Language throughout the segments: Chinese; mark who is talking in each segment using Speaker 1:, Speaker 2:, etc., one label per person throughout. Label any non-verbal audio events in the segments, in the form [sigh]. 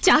Speaker 1: 家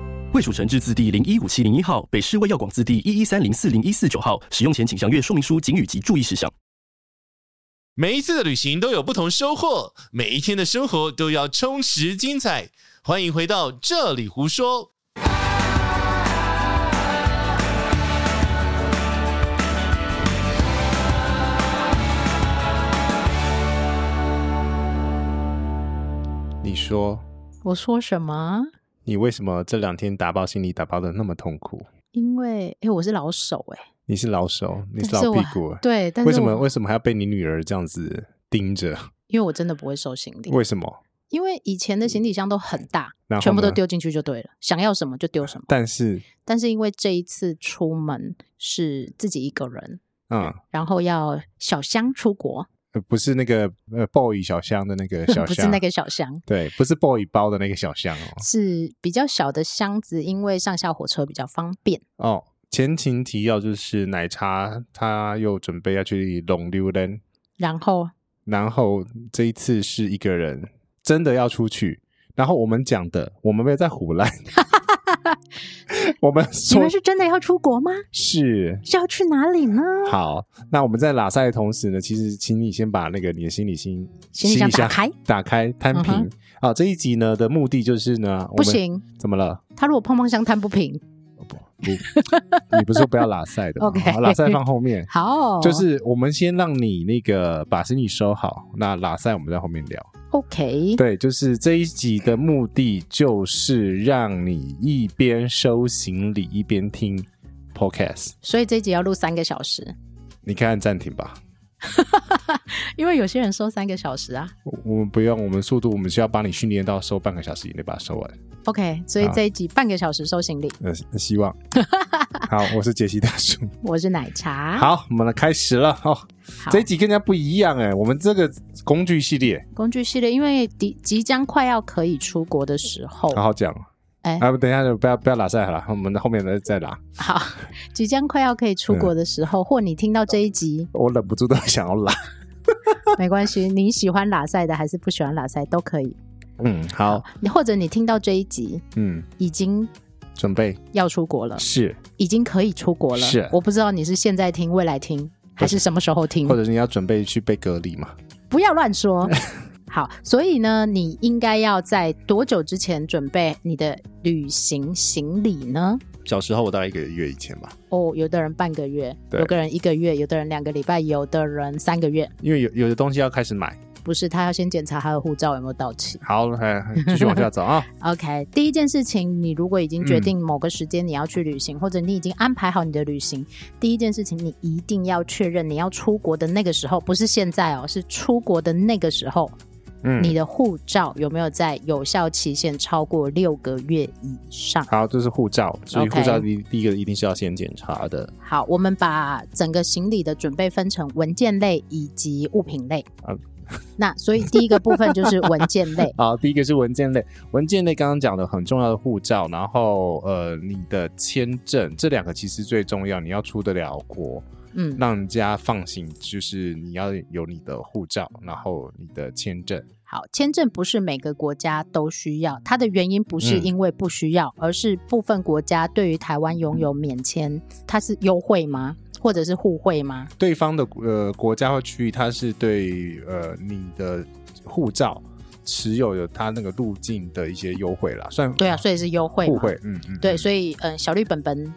Speaker 2: 卫蜀成字字第零一五七零一号，北市卫药广字第一一三零四零一四九号。使用前请详阅说明书、警语及注意事项。
Speaker 3: 每一次的旅行都有不同收获，每一天的生活都要充实精彩。欢迎回到这里胡说。
Speaker 4: 你说
Speaker 5: 我说什么？
Speaker 4: 你为什么这两天打包行李打包的那么痛苦？
Speaker 5: 因为哎，我是老手哎、
Speaker 4: 你是老手，你是
Speaker 5: 但是
Speaker 4: 老
Speaker 5: 我
Speaker 4: 屁股了，
Speaker 5: 对，但是
Speaker 4: 为什么
Speaker 5: 我
Speaker 4: 为什么还要被你女儿这样子盯着？
Speaker 5: 因为我真的不会收行李，
Speaker 4: 为什么？
Speaker 5: 因为以前的行李箱都很大
Speaker 4: 然，后
Speaker 5: 全部都
Speaker 4: 呢
Speaker 5: 丢进去就对了，想要什么就丢什么。
Speaker 4: 但是，
Speaker 5: 但是因为这一次出门是自己一个人，
Speaker 4: 嗯，
Speaker 5: 然后要小箱出国，
Speaker 4: 呃不是那个呃 boy 小箱的那
Speaker 5: [laughs]
Speaker 4: 个小箱，哦
Speaker 5: 不是那个小箱，
Speaker 4: 对，不是 boy 包的那个小箱哦。
Speaker 5: 是比较小的箱子，因为上下火车比较方便。
Speaker 4: 哦，前情提要就是奶茶他又准备要去龙溜人，
Speaker 5: 然后
Speaker 4: 然后这一次是一个人真的要出去，然后我们讲的我们没有在胡
Speaker 5: [laughs]
Speaker 4: 乱，我们
Speaker 5: 你
Speaker 4: 说
Speaker 5: 们是真的要出国吗？
Speaker 4: 是
Speaker 5: 是要去哪里呢？
Speaker 4: 好，那我们在拉塞的同时呢，其实请你先把那个你的行李心
Speaker 5: 行李箱打开
Speaker 4: 打开摊平
Speaker 5: 嗯。
Speaker 4: 好、这一集呢的目的就是呢，我
Speaker 5: 不
Speaker 4: 们
Speaker 5: 行，
Speaker 4: 怎么了？
Speaker 5: 他如果碰碰箱摊不平，
Speaker 4: 不，你不是说不要拉塞的吗
Speaker 5: [laughs] OK 哦
Speaker 4: 好拉塞放后
Speaker 5: [laughs]
Speaker 4: 面。
Speaker 5: 好，
Speaker 4: 就是我们先让你那个把行李收好，那拉塞我们在后面聊。 [laughs]
Speaker 5: OK，
Speaker 4: 对，就是这一集的目的就是让你一边收行李一边听 podcast。
Speaker 5: 所以这一集要录三个小时，
Speaker 4: 你看按暂停吧，
Speaker 5: 因为有些人收三个小时啊。
Speaker 4: 我我们不用，我们速度，我们需要帮你训练到收半个小时以内把它收完。
Speaker 5: OK，所以
Speaker 4: 好
Speaker 5: 这一集半个小时收行李，
Speaker 4: 呃，希 [laughs] 望。好，我是杰西大叔。
Speaker 5: 我是奶茶。，
Speaker 4: 好，我们来开始了哦。
Speaker 5: 好
Speaker 4: 这一集跟人家不一样哎，我们这个工具系列
Speaker 5: 工具系列，因为即即将快要可以出国的时候，
Speaker 4: 好好讲。
Speaker 5: 哎
Speaker 4: 啊，等一下，不要不要拉赛好了，我们后面再再拉。
Speaker 5: 好，即将快要可以出国的时候，或你听到这一集，
Speaker 4: 我忍不住都想要拉。
Speaker 5: 没关系，你喜欢拉塞的还是不喜欢拉塞都可以，
Speaker 4: 嗯，好，
Speaker 5: 你或者你听到这一集
Speaker 4: 嗯，
Speaker 5: 已经
Speaker 4: 准备
Speaker 5: 要出国了，
Speaker 4: 是，
Speaker 5: 已经可以出国了，
Speaker 4: 是
Speaker 5: 我不知道你是现在听、未来听，还是什么时候听，
Speaker 4: 或者是你要准备去被隔离嘛？
Speaker 5: 不要乱说。好，所以呢，你应该要在多久之前准备你的旅行行李呢？
Speaker 4: 小时候我大概一个月以前吧，
Speaker 5: 哦，有的人半个月，
Speaker 4: 对
Speaker 5: 有的人一个月，有的人两个礼拜，有的人三个月。
Speaker 4: 因为有有的东西要开始买。
Speaker 5: 不是，他要先检查他的护照有没有到期。
Speaker 4: 好，哎继续往下走 [laughs] 啊。
Speaker 5: OK，第一件事情，你如果已经决定某个时间你要去旅行，或者你已经安排好你的旅行，第一件事情你一定要确认你要出国的那个时候，不是现在哦，是出国的那个时候，
Speaker 4: 嗯，
Speaker 5: 你的护照有没有在有效期限超过六个月以上？
Speaker 4: 好，这是护照，所以护
Speaker 5: OK
Speaker 4: 照第第一个一定是要先检查的。
Speaker 5: 好，我们把整个行李的准备分成文件类以及物品类
Speaker 4: 啊。，
Speaker 5: 那所以第一个部分就是文件类
Speaker 4: [laughs] 好，第一个是文件类，文件类刚刚讲的很重要的护照，然后呃你的签证，这两个其实最重要，你要出得了国，
Speaker 5: 嗯，
Speaker 4: 让人家放心，就是你要有你的护照，然后你的签证。
Speaker 5: 好，签证不是每个国家都需要，它的原因不是
Speaker 4: 嗯
Speaker 5: 因为不需要，而是部分国家对于台湾拥有免签，它是优惠吗？或者是互惠吗？
Speaker 4: 对方的呃国家或区域，它是对呃你的护照持有有它那个路径的一些优惠啦，算
Speaker 5: 对啊，所以是优惠嘛。
Speaker 4: 互惠，嗯嗯，
Speaker 5: 对，
Speaker 4: 嗯
Speaker 5: 所以嗯、呃小绿本本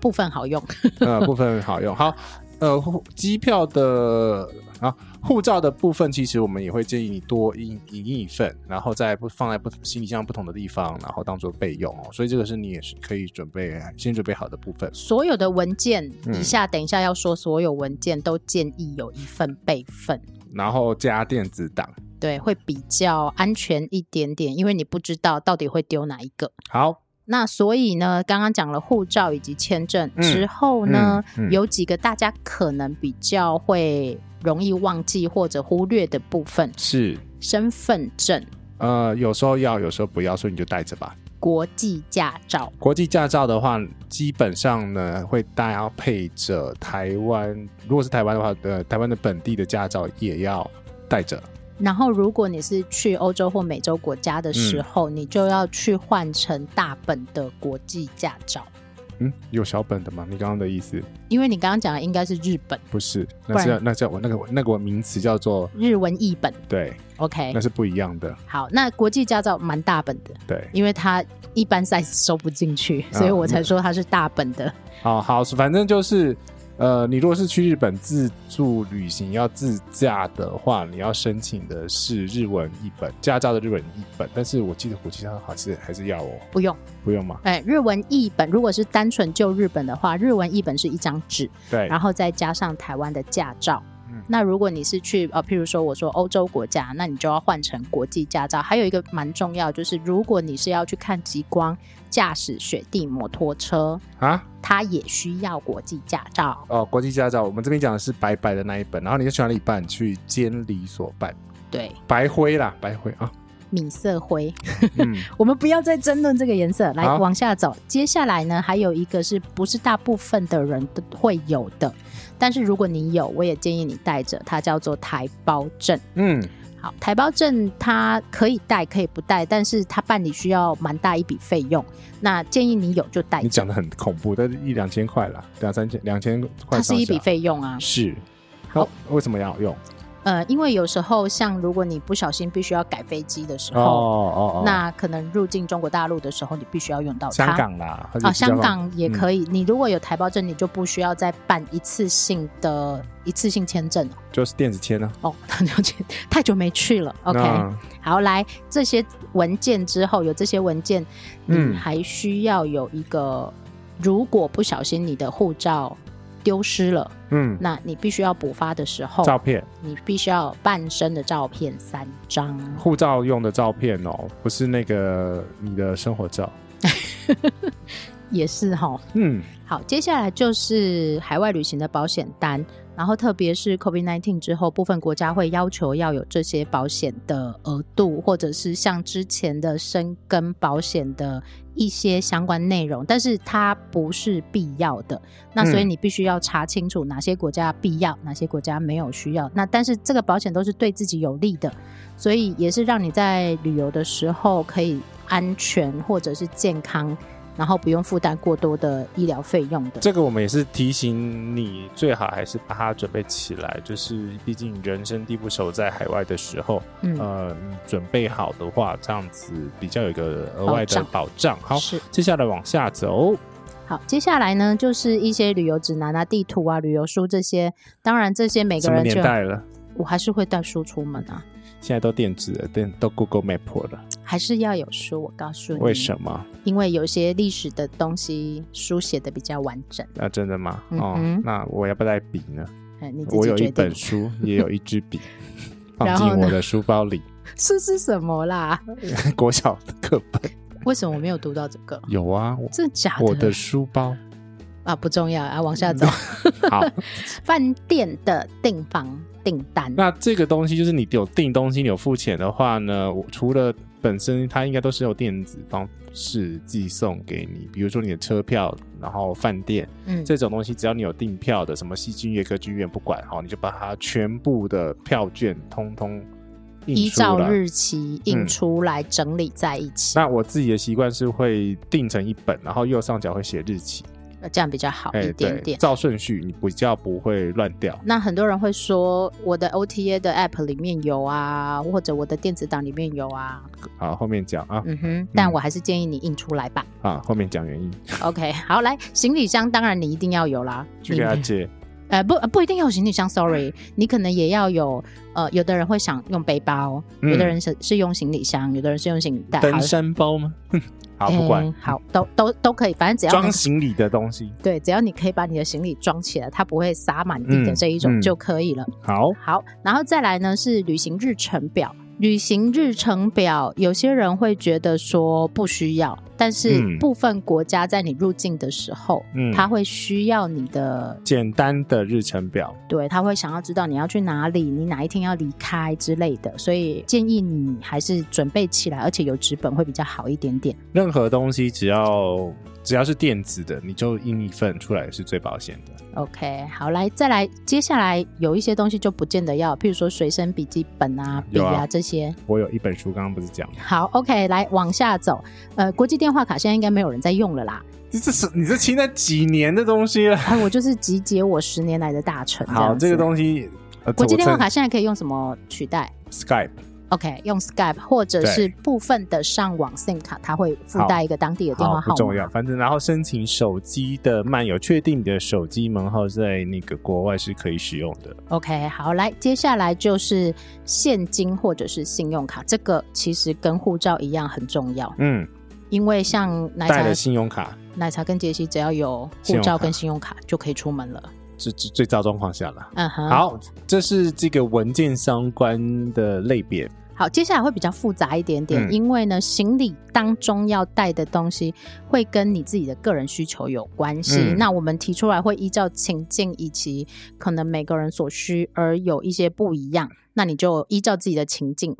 Speaker 5: 部分好用。
Speaker 4: 呃，部分好用。好，呃，护机票的啊，护照的部分，其实我们也会建议你多印印一份，然后再不放在不行李箱不同的地方，然后当做备用哦。所以这个是你也是可以准备先准备好的部分。
Speaker 5: 所有的文件，
Speaker 4: 嗯
Speaker 5: 以下等一下要说，所有文件都建议有一份备份。
Speaker 4: 然后加电子档。
Speaker 5: 对，会比较安全一点点，因为你不知道到底会丢哪一个。
Speaker 4: 好，
Speaker 5: 那所以呢，刚刚讲了护照以及签证、之后呢，
Speaker 4: 嗯嗯嗯
Speaker 5: 有几个大家可能比较会容易忘记或者忽略的部分：
Speaker 4: 是，
Speaker 5: 身份证、
Speaker 4: 呃，有时候要，有时候不要，所以你就带着吧。
Speaker 5: 国际驾照。
Speaker 4: 国际驾照的话，基本上呢会搭配着台湾，如果是台湾的话，呃，台湾的本地的驾照也要带着。
Speaker 5: 然后，如果你是去欧洲或美洲国家的
Speaker 4: 嗯
Speaker 5: 时候，你就要去换成大本的国际驾照，
Speaker 4: 嗯，有小本的吗？你刚刚的意思
Speaker 5: 因为你刚刚讲的应该是日本
Speaker 4: 不是？那
Speaker 5: 不然
Speaker 4: 是那叫我那个那个名词叫做
Speaker 5: 日文译本。
Speaker 4: 对，
Speaker 5: OK，
Speaker 4: 那是不一样的。
Speaker 5: 好，那国际驾照蛮大本的，
Speaker 4: 对，
Speaker 5: 因为它一般 size 收不进去，
Speaker 4: 啊
Speaker 5: 所以我才说它是大本的。
Speaker 4: 好好，反正就是，呃，你如果是去日本自助旅行要自驾的话，你要申请的是日文译本驾照的日文译本，但是我记得国际上还是还是要哦，
Speaker 5: 不用，
Speaker 4: 不用嘛？
Speaker 5: 哎，日文译本如果是单纯就日本的话，日文译本是一张纸，
Speaker 4: 对，
Speaker 5: 然后再加上台湾的驾照。
Speaker 4: 嗯
Speaker 5: 那如果你是去呃，譬如说我说欧洲国家，那你就要换成国际驾照。还有一个蛮重要，就是如果你是要去看极光、驾驶雪地摩托车，
Speaker 4: 啊，
Speaker 5: 它也需要国际驾照。
Speaker 4: 哦，国际驾照，我们这边讲的是白白的那一本，然后你就去哪里办？去监理所办，
Speaker 5: 对，
Speaker 4: 白灰啦，白灰
Speaker 5: [laughs]
Speaker 4: 啊，
Speaker 5: 米色灰。
Speaker 4: 嗯，
Speaker 5: 我们不要再争论这个颜色，来
Speaker 4: 好
Speaker 5: 往下走。接下来呢，还有一个是不是大部分的人都会有的？但是如果你有，我也建议你带着，它叫做台胞证。
Speaker 4: 嗯，
Speaker 5: 好，台胞证它可以带，可以不带，但是它办理需要蛮大一笔费用。那建议你有就带
Speaker 4: 你，讲的很恐怖，但是一两千块啦，两三千，两千块
Speaker 5: 它
Speaker 4: 上
Speaker 5: 是一笔
Speaker 4: 下，
Speaker 5: 费用啊。
Speaker 4: 是，
Speaker 5: 好
Speaker 4: 那为什么要用？
Speaker 5: 呃，因为有时候像如果你不小心必须要改飞机的时
Speaker 4: 哦
Speaker 5: 候，
Speaker 4: 哦哦，
Speaker 5: 那可能入境中国大陆的时候，你必须要用到它。
Speaker 4: 香港啦，
Speaker 5: 啊，香港也
Speaker 4: 以，
Speaker 5: 可以。你如果有台胞证，你就不需要再办一次性的一次性签证了
Speaker 4: 嗯就是电子签啊。
Speaker 5: 哦。了解，太久没去了。OK，
Speaker 4: 那
Speaker 5: 好，来这些文件之后，有这些文件，
Speaker 4: 嗯
Speaker 5: 你还需要有一个，如果不小心你的护照丢失了，
Speaker 4: 嗯，
Speaker 5: 那你必须要补发的时候，
Speaker 4: 照片，
Speaker 5: 你必须要有半身的照片三张。
Speaker 4: 护照用的照片哦，不是那个你的生活照。
Speaker 5: 也是哈，
Speaker 4: 嗯，
Speaker 5: 好，接下来就是海外旅行的保险单，然后特别是 COVID-19 之后，部分国家会要求要有这些保险的额度，或者是像之前的生根保险的一些相关内容，但是它不是必要的。那所以
Speaker 4: 嗯
Speaker 5: 你必须要查清楚哪些国家必要，哪些国家没有需要。那但是这个保险都是对自己有利的，所以也是让你在旅游的时候可以安全或者是健康。然后不用负担过多的医疗费用的。
Speaker 4: 这个我们也是提醒你，最好还是把它准备起来，就是毕竟人生地不熟，在海外的时候，
Speaker 5: 嗯，
Speaker 4: 呃，你准备好的话，这样子比较有一个额外的保障。好，
Speaker 5: 是
Speaker 4: 接下来往下走，
Speaker 5: 好。接下来呢，就是一些旅游指南啊、地图啊、旅游书这些。当然，这些每
Speaker 4: 什
Speaker 5: 个
Speaker 4: 么
Speaker 5: 人
Speaker 4: 年
Speaker 5: 就
Speaker 4: 代了？
Speaker 5: 我还是会带书出门啊，
Speaker 4: 现在都电子了，电都 Google Map 了，
Speaker 5: 还是要有书。我告诉你，
Speaker 4: 为什？么？
Speaker 5: 因为有些历史的东西书写的比较完整。
Speaker 4: 那、真的吗？
Speaker 5: 嗯
Speaker 4: 哦
Speaker 5: 哼，
Speaker 4: 那我要不要带笔呢？
Speaker 5: 嗯，你自
Speaker 4: 我
Speaker 5: 己
Speaker 4: 有一
Speaker 5: 决定
Speaker 4: 本书，也有一支笔，放
Speaker 5: [laughs] 然
Speaker 4: 进
Speaker 5: 后呢
Speaker 4: 我的书包里。 [laughs]
Speaker 5: 是是什么啦？
Speaker 4: 国小的课本
Speaker 5: 为什么我没有读到这个？
Speaker 4: 有啊，我
Speaker 5: 真的假
Speaker 4: 我的书包。
Speaker 5: 啊，不重要啊，往下走。
Speaker 4: 好，
Speaker 5: [laughs] 饭店的订房订单，
Speaker 4: 那这个东西就是你有订东西，你有付钱的话呢，我除了本身它应该都是有电子方式寄送给你，比如说你的车票，然后饭店
Speaker 5: 嗯，
Speaker 4: 这种东西，只要你有订票的，什么戏剧院、歌剧院不管，好，你就把它全部的票券通通印
Speaker 5: 依
Speaker 4: 出嗯
Speaker 5: 照
Speaker 4: 来。
Speaker 5: 日期印出来，整理在一起，
Speaker 4: 那我自己的习惯是会订成一本，然后右上角会写日期，
Speaker 5: 呃这样比较好
Speaker 4: 哎
Speaker 5: 一点
Speaker 4: 对，
Speaker 5: 点。
Speaker 4: 照顺序，你比较不会乱掉。
Speaker 5: 那很多人会说，我的 OTA 的 App 里面有啊，或者我的电子档里面有啊，
Speaker 4: 好，后面讲啊
Speaker 5: 嗯哼，但我还是建议你印出来吧。
Speaker 4: 啊，后面讲原因，
Speaker 5: OK，好，来行李箱，当然你一定要有啦，
Speaker 4: 去
Speaker 5: 你
Speaker 4: 给他借。
Speaker 5: 呃不呃不一定要有行李箱，sorry，你可能也要有，呃，有的人会想用背包，
Speaker 4: 嗯
Speaker 5: 有的人是是用行李箱，有的人是用行李袋，
Speaker 4: 登
Speaker 5: 好
Speaker 4: 山包吗？哼 [laughs] 好，
Speaker 5: 哎
Speaker 4: 啊不管，
Speaker 5: 好，都都都可以，反正只要
Speaker 4: 装
Speaker 5: 能
Speaker 4: 行李的东西。
Speaker 5: 对，只要你可以把你的行李装起来，它不会撒满地的
Speaker 4: 嗯
Speaker 5: 这一
Speaker 4: 嗯
Speaker 5: 种就可以了。
Speaker 4: 好，
Speaker 5: 好，然后再来呢是旅行日程表。旅行日程表，有些人会觉得说不需要，但是
Speaker 4: 嗯
Speaker 5: 部分国家在你入境的时候，
Speaker 4: 嗯
Speaker 5: 他会需要你的，
Speaker 4: 简单的日程表，
Speaker 5: 对，他会想要知道你要去哪里，你哪一天要离开之类的，所以建议你还是准备起来，而且有纸本会比较好一点点。
Speaker 4: 任何东西只要只要是电子的，你就印一份出来是最保险的。
Speaker 5: OK，好，来再来，接下来有一些东西就不见得要，譬如说随身笔记本啊、笔
Speaker 4: 有啊
Speaker 5: 啊这些。
Speaker 4: 我有一本书，刚刚不是讲吗，
Speaker 5: 好，OK，来往下走。呃，国际电话卡现在应该没有人在用了
Speaker 4: [laughs]
Speaker 5: 啦。
Speaker 4: 这这是你这清了几年的东西了。
Speaker 5: 哎，我就是集结我十年来的大成。
Speaker 4: 好，
Speaker 5: 样子
Speaker 4: 这个东西，呃
Speaker 5: 国际电话卡
Speaker 4: 我
Speaker 5: 现在可以用什么取代
Speaker 4: 趁 Skype，
Speaker 5: ？OK，用 Skype 或者
Speaker 4: 对
Speaker 5: 是部分的上网 SIM 卡，它会附带一个当地的电
Speaker 4: 好
Speaker 5: 话
Speaker 4: 不
Speaker 5: 号
Speaker 4: 重
Speaker 5: 码。
Speaker 4: 要，反正然后申请手机的漫游，确定你的手机门号在那个国外是可以使用的。
Speaker 5: OK，好，来，接下来就是现金或者是信用卡，这个其实跟护照一样很重要，
Speaker 4: 嗯，
Speaker 5: 因为像奶
Speaker 4: 带了
Speaker 5: 茶、
Speaker 4: 信用卡，
Speaker 5: 奶茶跟杰西只要有
Speaker 4: 信
Speaker 5: 护
Speaker 4: 用
Speaker 5: 照
Speaker 4: 卡
Speaker 5: 跟信用卡就可以出门了。
Speaker 4: 这这最糟状况下了。
Speaker 5: 嗯哼，
Speaker 4: 好，这是这个文件相关的类别。
Speaker 5: 好，接下来会比较复杂一点点，
Speaker 4: 嗯
Speaker 5: 因为呢，行李当中要带的东西会跟你自己的个人需求有关系。
Speaker 4: 嗯
Speaker 5: 那我们提出来会依照情境以及可能每个人所需而有一些不一样，那你就依照自己的情境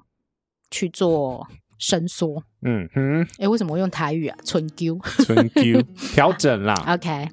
Speaker 5: 去做伸缩。
Speaker 4: 嗯哼，
Speaker 5: 诶，为什么我用台语啊？纯 Q。
Speaker 4: 存 [laughs] Q 调整啦。
Speaker 5: OK，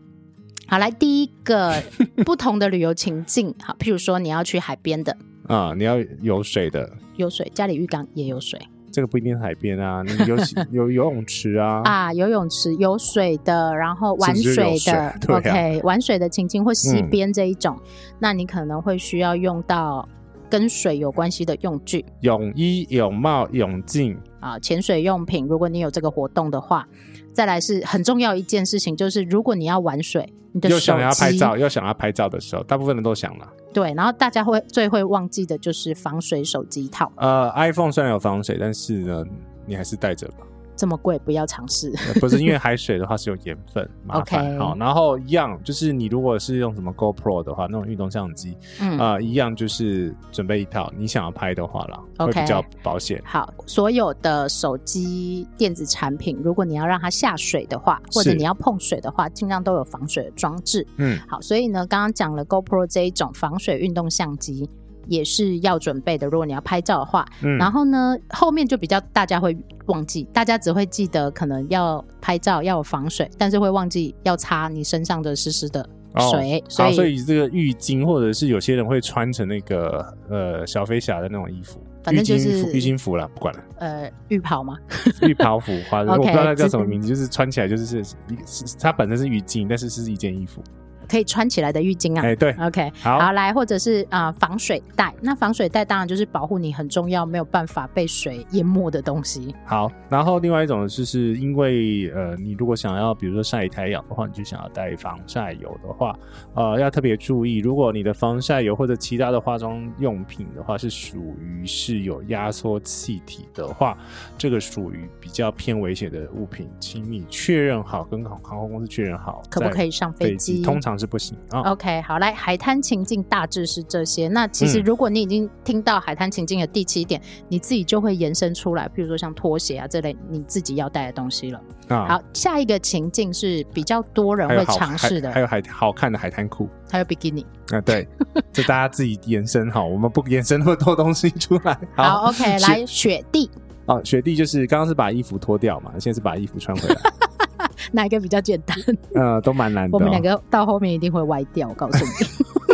Speaker 5: 好，来第一
Speaker 4: [laughs]
Speaker 5: 个不同的旅游情境，好，譬如说你要去海边的，
Speaker 4: 啊、你要有水的，
Speaker 5: 有水，家里浴缸也有水。
Speaker 4: 这个不一定是海边啊，你有
Speaker 5: [laughs]
Speaker 4: 有游泳池啊，
Speaker 5: 啊，游泳池有水的，然后玩
Speaker 4: 是不是
Speaker 5: 水
Speaker 4: 有
Speaker 5: 的
Speaker 4: 水对啊
Speaker 5: o k 玩水的情境或溪
Speaker 4: 嗯
Speaker 5: 边这一种，那你可能会需要用到跟水有关系的用具
Speaker 4: 泳衣、泳帽、泳镜，
Speaker 5: 啊，潜水用品。如果你有这个活动的话，再来是很重要一件事情，就是如果你要玩水，你的
Speaker 4: 又
Speaker 5: 手
Speaker 4: 想要拍
Speaker 5: 机
Speaker 4: 照，又想要拍照的时候，大部分人都想了。
Speaker 5: 对，然后大家会最会忘记的就是防水手机套，
Speaker 4: 呃，iPhone 虽然有防水，但是呢，你还是带着吧。
Speaker 5: 这么贵不要尝试。
Speaker 4: 呃
Speaker 5: [laughs]
Speaker 4: 不是因为海水的话是有盐分，麻烦。
Speaker 5: OK
Speaker 4: 好，然后一样就是你如果是用什么 GoPro 的话，那种运动相机，
Speaker 5: 嗯，
Speaker 4: 啊，一样就是准备一套，你想要拍的话啦，会
Speaker 5: OK
Speaker 4: 比较保险。
Speaker 5: 好，所有的手机电子产品，如果你要让它下水的话，或者
Speaker 4: 是
Speaker 5: 你要碰水的话，尽量都有防水的装置。
Speaker 4: 嗯，
Speaker 5: 好，所以呢，刚刚讲了 GoPro 这一种防水运动相机也是要准备的，如果你要拍照的话。
Speaker 4: 嗯
Speaker 5: 然后呢，后面就比较大家会忘记，大家只会记得可能要拍照要有防水，但是会忘记要擦你身上的湿湿的水，
Speaker 4: 哦
Speaker 5: 所
Speaker 4: 好
Speaker 5: 以
Speaker 4: 所以这个浴巾，或者是有些人会穿成那个呃小飞侠的那种衣服，
Speaker 5: 反正就
Speaker 4: 浴巾服
Speaker 5: 是
Speaker 4: 浴巾服啦，不管了，
Speaker 5: 呃浴袍嘛，
Speaker 4: 浴袍服，
Speaker 5: [laughs]
Speaker 4: 反正
Speaker 5: OK，
Speaker 4: 我不知道它叫
Speaker 5: 知
Speaker 4: 什么名字，就是穿起来就是是是它本身是浴巾，但是是一件衣服。
Speaker 5: 可以穿起来的浴巾啊。
Speaker 4: 哎，对，
Speaker 5: OK，
Speaker 4: 好
Speaker 5: 来，或者是啊、呃防水袋。那防水袋当然就是保护你很重要，没有办法被水淹没的东西。
Speaker 4: 好。然后另外一种就是因为呃，你如果想要比如说晒太阳的话，你就想要带防晒油的话，呃，要特别注意，如果你的防晒油或者其他的化妆用品的话是属于是有压缩气体的话，这个属于比较偏危险的物品，请你确认好，跟航航空公司确认好，
Speaker 5: 可不可以
Speaker 4: 再
Speaker 5: 上飞
Speaker 4: 飞
Speaker 5: 机
Speaker 4: 通常是不行啊。
Speaker 5: OK，好，来，海滩情境大致是这些。那其实
Speaker 4: 嗯
Speaker 5: 如果你已经听到海滩情境的第七点，你自己就会延伸出来，譬如说像拖鞋啊这类你自己要带的东西了。
Speaker 4: 啊
Speaker 5: 好，下一个情境是比较多人
Speaker 4: 还有
Speaker 5: 会
Speaker 4: 好
Speaker 5: 尝试的，
Speaker 4: 还还有海好看的海滩裤
Speaker 5: 还有比基尼。
Speaker 4: 啊，对，这大家自己延伸好，我们不延伸那么多东西出来。
Speaker 5: 好，OK，
Speaker 4: [laughs] 雪
Speaker 5: 来雪地，
Speaker 4: 哦，学弟就是刚刚是把衣服脱掉嘛，现在是把衣服穿回来，
Speaker 5: 哪一个比较简
Speaker 4: [laughs]
Speaker 5: 单？
Speaker 4: 呃，都蛮难的、
Speaker 5: 我
Speaker 4: 哦。
Speaker 5: 们两个到后面一定会歪掉，我告诉你。
Speaker 4: [laughs]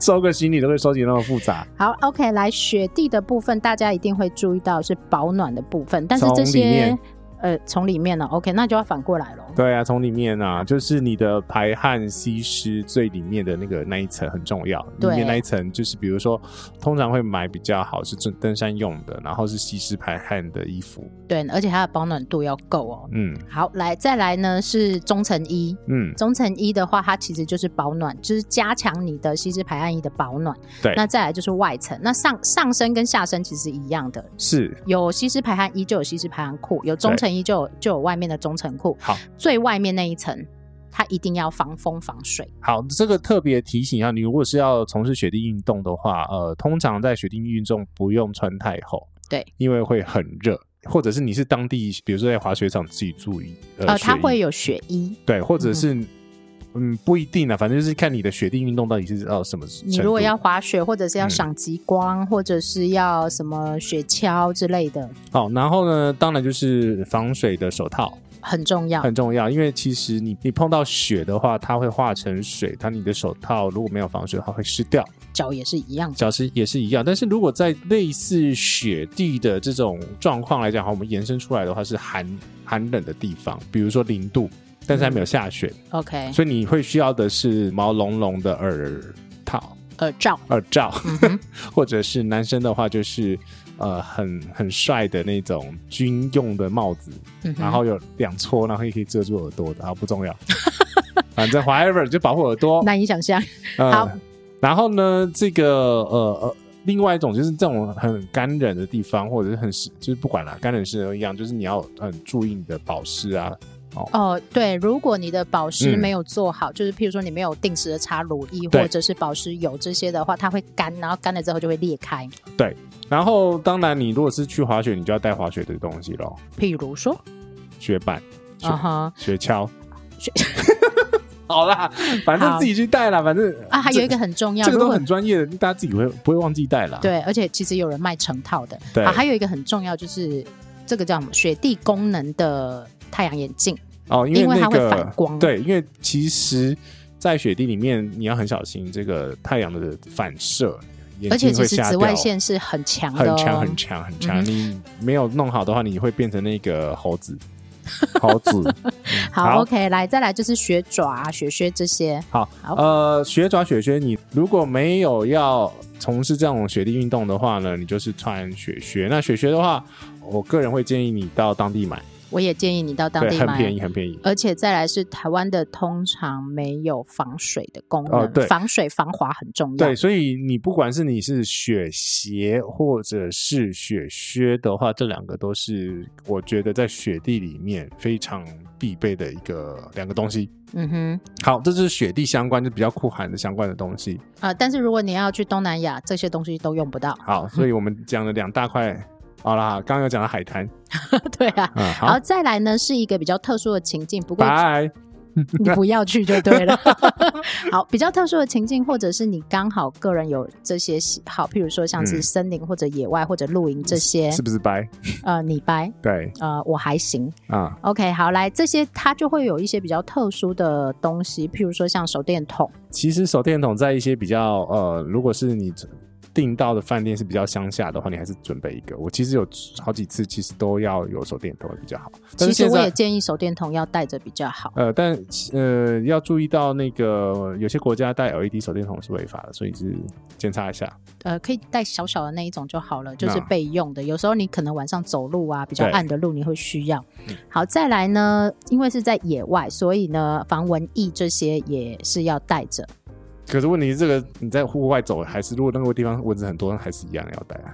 Speaker 4: 收个行李都会收集那么复杂，
Speaker 5: 好，OK，来雪地的部分，大家一定会注意到是保暖的部分，但是
Speaker 4: 从
Speaker 5: 这
Speaker 4: 里
Speaker 5: 些
Speaker 4: 面
Speaker 5: 呃从里面呢、o k 那就要反过来了。
Speaker 4: 对啊，从里面啊，就是你的排汗吸湿最里面的那个那一层很重要，里
Speaker 5: 对
Speaker 4: 面那一层就是比如说，通常会买比较好是登登山用的，然后是吸湿排汗的衣服，
Speaker 5: 对，而且它的保暖度要够哦。
Speaker 4: 嗯
Speaker 5: 好，来再来呢是中层衣，
Speaker 4: 嗯，
Speaker 5: 中层衣的话，它其实就是保暖，就是加强你的吸湿排汗衣的保暖。
Speaker 4: 对
Speaker 5: 那再来就是外层，那上上身跟下身其实一样的，
Speaker 4: 是
Speaker 5: 有吸湿排汗衣就有吸湿排汗裤，有中层衣就有就有外面的中层裤。
Speaker 4: 好，
Speaker 5: 最外面那一层它一定要防风防水。
Speaker 4: 好，这个特别提醒一下，你如果是要从事雪地运动的话，呃，通常在雪地运动不用穿太厚，
Speaker 5: 对，
Speaker 4: 因为会很热，或者是你是当地，比如说在滑雪场自己住一
Speaker 5: 呃，它
Speaker 4: 雪衣
Speaker 5: 会有雪衣。
Speaker 4: 对，或者
Speaker 5: 嗯
Speaker 4: 是嗯不一定啊，反正就是看你的雪地运动到底是到什么程度。
Speaker 5: 你如果要滑雪，或者是要
Speaker 4: 嗯
Speaker 5: 赏极光，或者是要什么雪橇之类的，
Speaker 4: 好，然后呢，当然就是防水的手套
Speaker 5: 很重要。
Speaker 4: 很重要，因为其实你你碰到雪的话，它会化成水，它你的手套如果没有防水的话会湿掉。
Speaker 5: 脚也是一样的，
Speaker 4: 小时也是一样，但是如果在类似雪地的这种状况来讲，好，我们延伸出来的话是寒寒冷的地方，比如说零度，但是还没有下雪，
Speaker 5: OK，
Speaker 4: 所以你会需要的是毛茸茸的耳套、
Speaker 5: 耳罩，
Speaker 4: 耳罩，
Speaker 5: 嗯哼，
Speaker 4: 或者是男生的话就是呃很很帅的那种军用的帽子，
Speaker 5: 嗯哼
Speaker 4: 然后有两撮，然后也可以遮住耳朵的，啊好不重要，反正 whatever 就保护耳朵。
Speaker 5: 难以想象，
Speaker 4: 呃
Speaker 5: 好
Speaker 4: 然后呢，这个呃呃，另外一种就是这种很干冷的地方，或者是很湿，就是不管啦，干冷湿都一样，就是你要很注意你的保湿啊。
Speaker 5: 哦，对，如果你的保湿
Speaker 4: 嗯
Speaker 5: 没有做好，就是譬如说你没有定时的擦乳液
Speaker 4: 对
Speaker 5: 或者是保湿油这些的话，它会干，然后干了之后就会裂开。
Speaker 4: 然后当然，你如果是去滑雪，你就要带滑雪的东西咯，
Speaker 5: 譬如说，
Speaker 4: 雪板、雪、
Speaker 5: 啊哈
Speaker 4: 雪橇。
Speaker 5: 雪
Speaker 4: [laughs] 好啦，反正
Speaker 5: 好
Speaker 4: 自己去带啦，反正
Speaker 5: 啊，还有一个
Speaker 4: 这
Speaker 5: 很重要，
Speaker 4: 这个
Speaker 5: 如
Speaker 4: 都
Speaker 5: 果
Speaker 4: 很专业的，大家自己会不会忘记带啦？，
Speaker 5: 对，而且其实有人卖成套的。
Speaker 4: 对
Speaker 5: 啊，还有一个很重要就是这个叫什么雪地功能的太阳眼镜，
Speaker 4: 哦，因
Speaker 5: 因为
Speaker 4: 那
Speaker 5: 它会
Speaker 4: 个
Speaker 5: 反光
Speaker 4: 对，因为其实，在雪地里面你要很小心这个太阳的反射，眼
Speaker 5: 而且
Speaker 4: 睛
Speaker 5: 其
Speaker 4: 会
Speaker 5: 实
Speaker 4: 瞎
Speaker 5: 紫
Speaker 4: 掉
Speaker 5: 外线是很强的、
Speaker 4: 很
Speaker 5: 哦，
Speaker 4: 强很强很强，
Speaker 5: 嗯
Speaker 4: 你没有弄好的话，你会变成那个猴子。猴
Speaker 5: [laughs]
Speaker 4: 子，
Speaker 5: 好
Speaker 4: 好
Speaker 5: o k 来，再来就是雪爪、啊、雪靴这些。
Speaker 4: 好，
Speaker 5: 好
Speaker 4: 呃，雪爪雪靴，你如果没有要从事这种雪地运动的话呢，你就是穿雪靴。那雪靴的话，我个人会建议你到当地买，
Speaker 5: 我也建议你到当地
Speaker 4: 对，很
Speaker 5: 买，
Speaker 4: 便宜，很便宜。
Speaker 5: 而且再来是台湾的通常没有防水的功能，
Speaker 4: 哦对
Speaker 5: 防水防滑很重要
Speaker 4: 对，。所以你不管是你是雪鞋或者是雪靴的话，这两个都是我觉得在雪地里面非常必备的一个两个东西。
Speaker 5: 嗯哼，
Speaker 4: 好，这是雪地相关，就比较酷寒的相关的东西。
Speaker 5: 啊、但是如果你要去东南亚，这些东西都用
Speaker 4: [laughs]
Speaker 5: 不到。
Speaker 4: 好，所以我们讲了两大块。好啦，刚刚有讲到海滩，
Speaker 5: 对啊。
Speaker 4: 嗯，
Speaker 5: 然
Speaker 4: 好
Speaker 5: 后，再来呢，是一个比较特殊的情境，不过
Speaker 4: 拜。
Speaker 5: [laughs] 你不要去就对了。 [laughs] 好，比较特殊的情境，或者是你刚好个人有这些喜好，譬如说像是
Speaker 4: 嗯
Speaker 5: 森林或者野外或者露营这些，
Speaker 4: 是不是拜？
Speaker 5: 呃，你掰，
Speaker 4: 对
Speaker 5: 呃，我还行。
Speaker 4: 啊，
Speaker 5: OK，好，来这些它就会有一些比较特殊的东西，譬如说像手电筒，
Speaker 4: 其实手电筒在一些比较呃，如果是你订到的饭店是比较乡下的话，你还是准备一个。我其实有好几次，其实都要有手电筒会比较好。但
Speaker 5: 其
Speaker 4: 是
Speaker 5: 实
Speaker 4: 现
Speaker 5: 我也
Speaker 4: 在
Speaker 5: 建议手电筒要带着比较好。
Speaker 4: 呃，但呃要注意到那个呃有些国家带 LED 手电筒是违法的，所以是检查一下。
Speaker 5: 呃，可以带小小的那一种就好了，就是
Speaker 4: 那
Speaker 5: 备用的。有时候你可能晚上走路啊，比较
Speaker 4: 对嗯
Speaker 5: 暗的路你会需要。好，再来呢，因为是在野外，所以呢，防蚊液这些也是要带着。
Speaker 4: 可是问题是，这个你在户外走，还是如果那个地方蚊子很多，还是一样要带啊？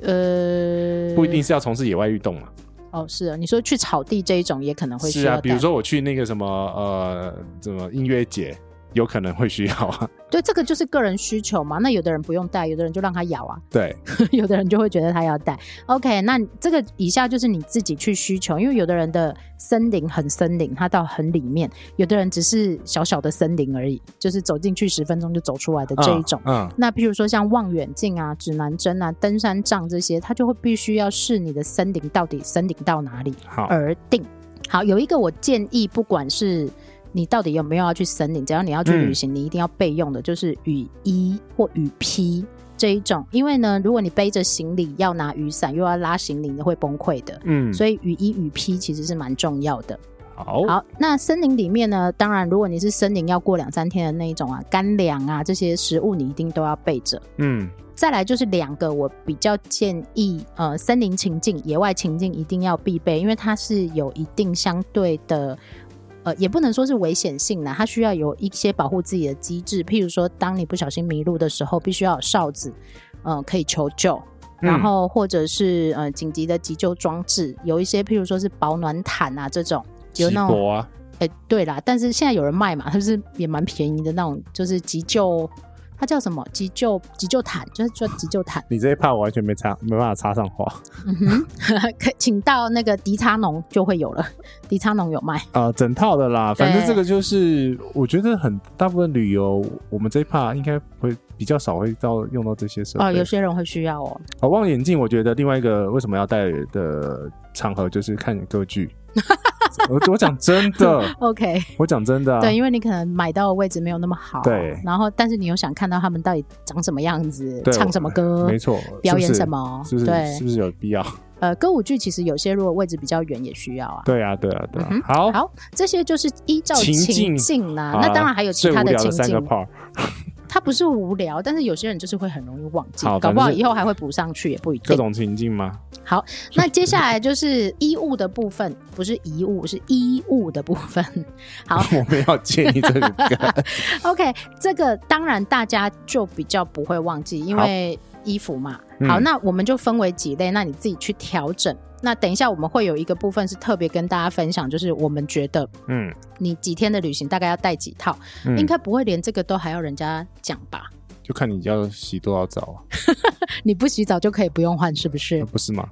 Speaker 5: 呃，
Speaker 4: 不一定是要从事野外运动嘛。
Speaker 5: 哦，是啊，你说去草地这一种也可能会需
Speaker 4: 是
Speaker 5: 要
Speaker 4: 啊，
Speaker 5: 带。
Speaker 4: 比如说我去那个什么呃，什么音乐节，有可能会需要啊。
Speaker 5: 对，这个就是个人需求嘛。那有的人不用带，有的人就让它咬啊，
Speaker 4: 对，
Speaker 5: 有的人就会觉得它要带。OK，那这个以下就是你自己去需求，因为有的人的森林很森林，它到很里面；有的人只是小小的森林而已，就是走进去十分钟就走出来的这一种。
Speaker 4: 嗯，嗯
Speaker 5: 那譬如说像望远镜啊、指南针啊、登山杖这些，它就会必须要视你的森林到底森林到哪里。
Speaker 4: 好，
Speaker 5: 而定。好，有一个我建议，不管是你到底有没有要去森林，只要你要去旅行，你一定要备用的就是雨衣或雨披这一种，因为呢，如果你背着行李要拿雨伞又要拉行李，你会崩溃的。
Speaker 4: 嗯，
Speaker 5: 所以雨衣、雨披其实是蛮重要的。
Speaker 4: 好，
Speaker 5: 好，那森林里面呢，当然如果你是森林要过两三天的那一种啊，干粮啊这些食物你一定都要备着。
Speaker 4: 嗯，
Speaker 5: 再来就是两个，我比较建议，呃，森林情境、野外情境一定要必备，因为它是有一定相对的，呃，也不能说是危险性啦，它需要有一些保护自己的机制，譬如说，当你不小心迷路的时候，必须要有哨子，呃，可以求救。然后或者是呃紧急的急救装置，有一些譬如说是保暖毯啊这种，有
Speaker 4: 直
Speaker 5: 那种
Speaker 4: 播啊，
Speaker 5: 哎、对啦，但是现在有人卖嘛，它就是也蛮便宜的那种，就是急救，它它叫什么急救急救毯，就是说急救毯。
Speaker 4: 你这一趴我完全没插，没办法插上话
Speaker 5: 嗯哼，可请到那个迪叉农就会有了，迪叉农有卖。
Speaker 4: 啊、整套的啦，反正
Speaker 5: 对
Speaker 4: 这个就是我觉得很大部分旅游，我们这一趴应该会比较少会到用到这些设备。
Speaker 5: 哦，有些人会需要哦。
Speaker 4: 好，望远镜，我觉得另外一个为什么要戴的场合就是看歌剧。
Speaker 5: [laughs]
Speaker 4: 我我讲真的，
Speaker 5: OK，、
Speaker 4: 我讲真的、啊，
Speaker 5: 对，因为你可能买到的位置没有那么好，
Speaker 4: 对
Speaker 5: 然后，但是你又想看到他们到底长什么样子，
Speaker 4: 对
Speaker 5: 唱什么歌，
Speaker 4: 没错，
Speaker 5: 表
Speaker 4: 是不
Speaker 5: 演
Speaker 4: 是
Speaker 5: 什么
Speaker 4: 是不是
Speaker 5: 对
Speaker 4: 是不是有必要？
Speaker 5: 呃，歌舞剧其实有些如果位置比较远也需要啊。
Speaker 4: 对啊，对啊，对啊
Speaker 5: 嗯哼。
Speaker 4: 好，
Speaker 5: 好，这些就是依照
Speaker 4: 情境
Speaker 5: 情境啦、
Speaker 4: 好
Speaker 5: 那
Speaker 4: 啦
Speaker 5: 当然还有其
Speaker 4: 最
Speaker 5: 他
Speaker 4: 无聊
Speaker 5: 情
Speaker 4: 的三个
Speaker 5: 境，
Speaker 4: part，
Speaker 5: 它不是无聊，但是有些人就是会很容易忘记
Speaker 4: 好，
Speaker 5: 搞
Speaker 4: 反
Speaker 5: 不
Speaker 4: 正
Speaker 5: 好
Speaker 4: 是
Speaker 5: 以后还会补上去，也不一
Speaker 4: 各
Speaker 5: 定。
Speaker 4: 种情境吗？ [laughs]
Speaker 5: 好，那接下来就是衣物的部分，不是遗物，是衣物的部分。 [laughs]
Speaker 4: [laughs]
Speaker 5: 好
Speaker 4: 我没有建议这个
Speaker 5: [laughs]
Speaker 4: 歌
Speaker 5: ，OK，这个当然大家就比较不会忘记，因为衣服嘛。
Speaker 4: 嗯
Speaker 5: 好，那我们就分为几类，那你自己去调整。那等一下我们会有一个部分是特别跟大家分享，就是我们觉得
Speaker 4: 嗯，
Speaker 5: 你几天的旅行大概要带几套，
Speaker 4: 嗯
Speaker 5: 应该不会连这个都还要人家讲吧？
Speaker 4: 就看你要洗多少澡啊，
Speaker 5: 你不洗澡就可以不用换，是不是
Speaker 4: 呃不是吗？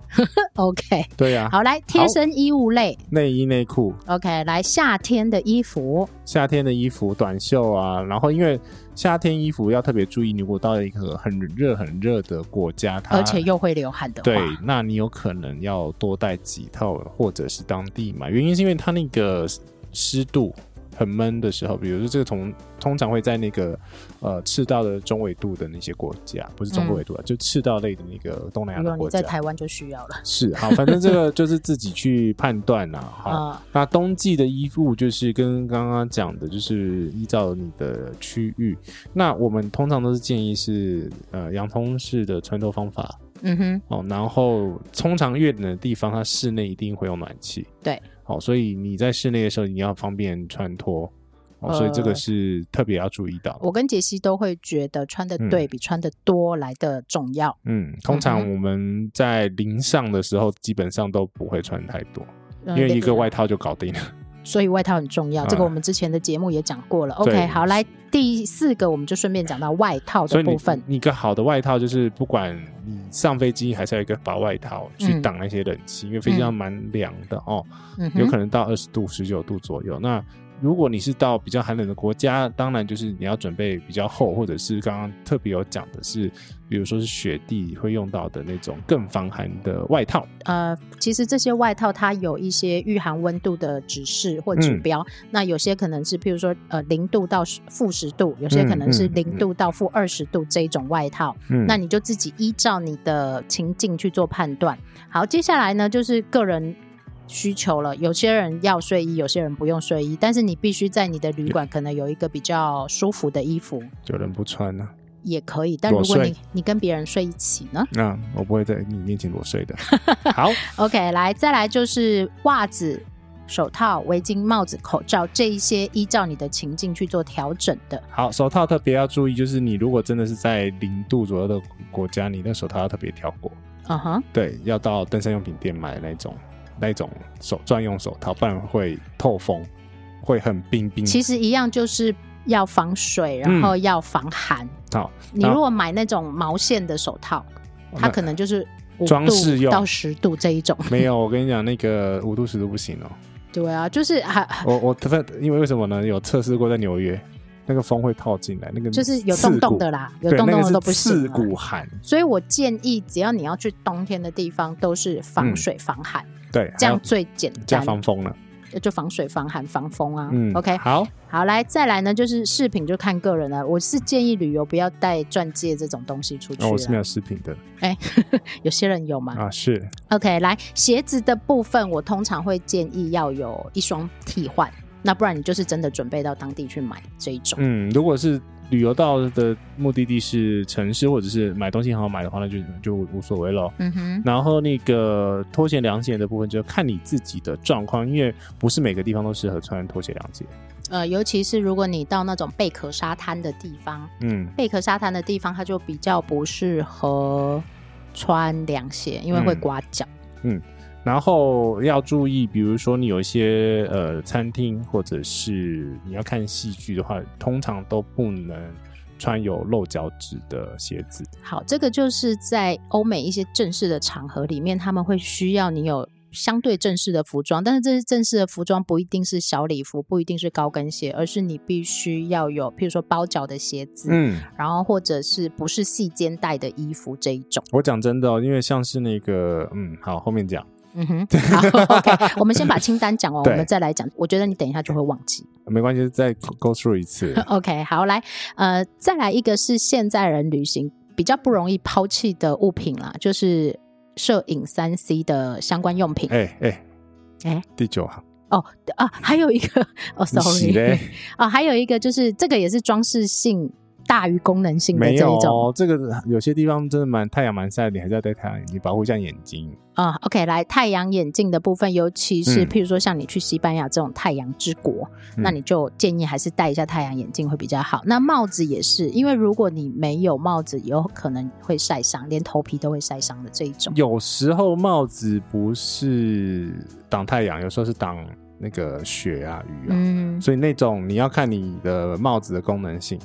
Speaker 5: ？OK，
Speaker 4: 对呀，
Speaker 5: 好，来贴身衣物类
Speaker 4: 内衣内裤，
Speaker 5: ，OK，来夏天的衣服，
Speaker 4: 夏天的衣服，短袖啊，然后因为夏天衣服要特别注意，如果到一个很热很热的国家，它
Speaker 5: 而且又会流汗的话，
Speaker 4: 啊对，那你有可能要多带几套，或者是当地买。原因是因为它那个湿度很闷的时候，比如说这个从通常会在那个呃赤道的中纬度的那些国家，不是中国纬度啊，就赤道类的那个东南亚
Speaker 5: 嗯如
Speaker 4: 的
Speaker 5: 果你
Speaker 4: 国
Speaker 5: 在
Speaker 4: 家。
Speaker 5: 台湾就需要了，
Speaker 4: 是好，反正这个就是自己去判断
Speaker 5: [laughs]
Speaker 4: 啦、好，
Speaker 5: 啊
Speaker 4: 那冬季的衣服就是跟刚刚讲的，就是依照你的区域。那我们通常都是建议是呃洋葱式的穿脱方法，
Speaker 5: 嗯哼，
Speaker 4: 哦，然后通常越冷的地方，它室内一定会有暖气。
Speaker 5: 对，
Speaker 4: 好、所以你在室内的时候，你要方便穿脱。哦，所以这个
Speaker 5: 呃
Speaker 4: 是特别要注意到。
Speaker 5: 我跟杰西都会觉得穿的对比穿的多来的重要，
Speaker 4: 嗯，通常
Speaker 5: 嗯
Speaker 4: 我们在零上的时候，基本上都不会穿太多，
Speaker 5: 因
Speaker 4: 因为一个外，套就搞定了。
Speaker 5: 呃所以外套很重要，
Speaker 4: 啊
Speaker 5: 这个我们之前的节目也讲过了。
Speaker 4: 对
Speaker 5: OK，好，来第四个，我们就顺便讲到外套
Speaker 4: 所
Speaker 5: 的
Speaker 4: 以你
Speaker 5: 部分，
Speaker 4: 你一个好的外套就是，不管你上飞机还是要有一个薄外套去
Speaker 5: 嗯
Speaker 4: 挡那些冷气，因为飞机上
Speaker 5: 嗯
Speaker 4: 蛮凉的哦。
Speaker 5: 嗯
Speaker 4: 有
Speaker 5: 哼，
Speaker 4: 可能到二十度、十九度左右。那如果你是到比较寒冷的国家，当然就是你要准备比较厚，或者是刚刚特别有讲的是，比如说是雪地会用到的那种更防寒的外套。
Speaker 5: 呃，其实这些外套它有一些御寒温度的指示或指
Speaker 4: 嗯
Speaker 5: 标，那有些可能是譬如说呃零度到十负十度，有些可能
Speaker 4: 嗯
Speaker 5: 是
Speaker 4: 嗯
Speaker 5: 零度到负二十度这一种外套。
Speaker 4: 嗯
Speaker 5: 那你就自己依照你的情境去做判断。好，接下来呢就是个人需求了，有些人要睡衣，有些人不用睡衣，但是你必须在你的旅馆可能有一个比较舒服的衣服
Speaker 4: 有人不穿啊呢、
Speaker 5: 也可以。但
Speaker 4: 裸
Speaker 5: 如果
Speaker 4: 睡
Speaker 5: 你你跟别人睡一起呢
Speaker 4: 那我不会在你面前裸睡
Speaker 5: [laughs]
Speaker 4: 的。好，
Speaker 5: ？OK，来再来就是袜子。手套、围巾、帽子、口罩这一些，依照你的情境去做调整的。
Speaker 4: 好，手套特别要注意，就是你如果真的是在零度左右的国家，你那手套要特别挑过，
Speaker 5: 嗯哼，
Speaker 4: 对，要到登山用品店买那种那种手专用手套，不然会透风，会很冰冰。
Speaker 5: 其实一样就是要防水，然后要防寒。
Speaker 4: 好，
Speaker 5: 你如果买那种毛线的手套，它可能就是五
Speaker 4: 哦装饰
Speaker 5: 度
Speaker 4: 用
Speaker 5: 到十度这一种。
Speaker 4: 没有，我跟你讲，那个五度十度不行哦。
Speaker 5: 对啊，就是还
Speaker 4: 我我特因为为什么呢？有测试过在纽约，那个风会套进来，那个
Speaker 5: 就是有洞洞的
Speaker 4: 啦，
Speaker 5: 啦，有
Speaker 4: 对，
Speaker 5: 洞
Speaker 4: 那
Speaker 5: 洞
Speaker 4: 个
Speaker 5: 的
Speaker 4: 是
Speaker 5: 都不行
Speaker 4: 刺
Speaker 5: 啊。
Speaker 4: 骨寒，
Speaker 5: 所以我建议，只要你要去冬天的地方，都是防水防寒，
Speaker 4: 对，
Speaker 5: 这
Speaker 4: 还
Speaker 5: 样
Speaker 4: 有
Speaker 5: 最简
Speaker 4: 嗯加
Speaker 5: 单。
Speaker 4: 防风了。
Speaker 5: 就防水、防寒、防风啊。
Speaker 4: 嗯
Speaker 5: OK，
Speaker 4: 好，
Speaker 5: 好来，再来呢，就是饰品就看个人了。我是建议旅游不要带钻戒这种东西出去
Speaker 4: 哦那我是没
Speaker 5: 了。
Speaker 4: 有视频的
Speaker 5: 哎， [laughs] 有些人有嘛
Speaker 4: 啊，是
Speaker 5: OK，来鞋子的部分，我通常会建议要有一双替换，那不然你就是真的准备到当地去买这一种。
Speaker 4: 嗯，如果是。旅游到的目的地是城市，或者是买东西很好买的话，那就就无所谓咯。
Speaker 5: 嗯哼，
Speaker 4: 然后那个拖鞋、凉鞋的部分，就看你自己的状况，因为不是每个地方都适合穿拖鞋、凉鞋。
Speaker 5: 呃，尤其是如果你到那种贝壳沙滩的地方，
Speaker 4: 嗯，
Speaker 5: 贝壳沙滩的地方它就比较不适合穿凉鞋，因为会
Speaker 4: 嗯
Speaker 5: 刮脚。
Speaker 4: 然后要注意，比如说你有一些呃餐厅，或者是你要看戏剧的话，通常都不能穿有露脚趾的鞋子。
Speaker 5: 好，这个就是在欧美一些正式的场合里面，他们会需要你有相对正式的服装，但是这些正式的服装不一定是小礼服，不一定是高跟鞋，而是你必须要有，譬如说包脚的鞋子，
Speaker 4: 嗯，
Speaker 5: 然后或者是不是细肩带的衣服这一种。
Speaker 4: 我讲真的哦，因为像是那个，嗯，好，后面讲
Speaker 5: 嗯哼，好，OK，我们先把清单讲完，
Speaker 4: 对
Speaker 5: 我们再来讲。我觉得你等一下就会忘记。
Speaker 4: 没关系，再 go through 一
Speaker 5: [laughs]
Speaker 4: 次。
Speaker 5: OK，好，来，呃，再来一个是现在人旅行比较不容易抛弃的物品啦，就是摄影三 C 的相关用品。
Speaker 4: 哎哎
Speaker 5: 哎，
Speaker 4: 第九行，
Speaker 5: 哦啊， [laughs] 还有一个哦
Speaker 4: 你洗嘞
Speaker 5: ，sorry，哦， [laughs] 还有一个就是这个也是装饰性大于功能性的这
Speaker 4: 没
Speaker 5: 一
Speaker 4: 有
Speaker 5: 种
Speaker 4: 哦，这个有些地方真的蛮太阳蛮晒，你还是要戴太阳眼镜，保护一下眼睛。
Speaker 5: 啊、o k 来太阳眼镜的部分，尤其
Speaker 4: 嗯
Speaker 5: 是譬如说像你去西班牙这种太阳之国，
Speaker 4: 嗯
Speaker 5: 那你就建议还是戴一下太阳眼镜会比较好。那帽子也是，因为如果你没有帽子，有可能会晒伤，连头皮都会晒伤的这一种。
Speaker 4: 有时候帽子不是挡太阳，有时候是挡那个雪啊、雨啊，
Speaker 5: 嗯，
Speaker 4: 所以那种你要看你的帽子的功能性。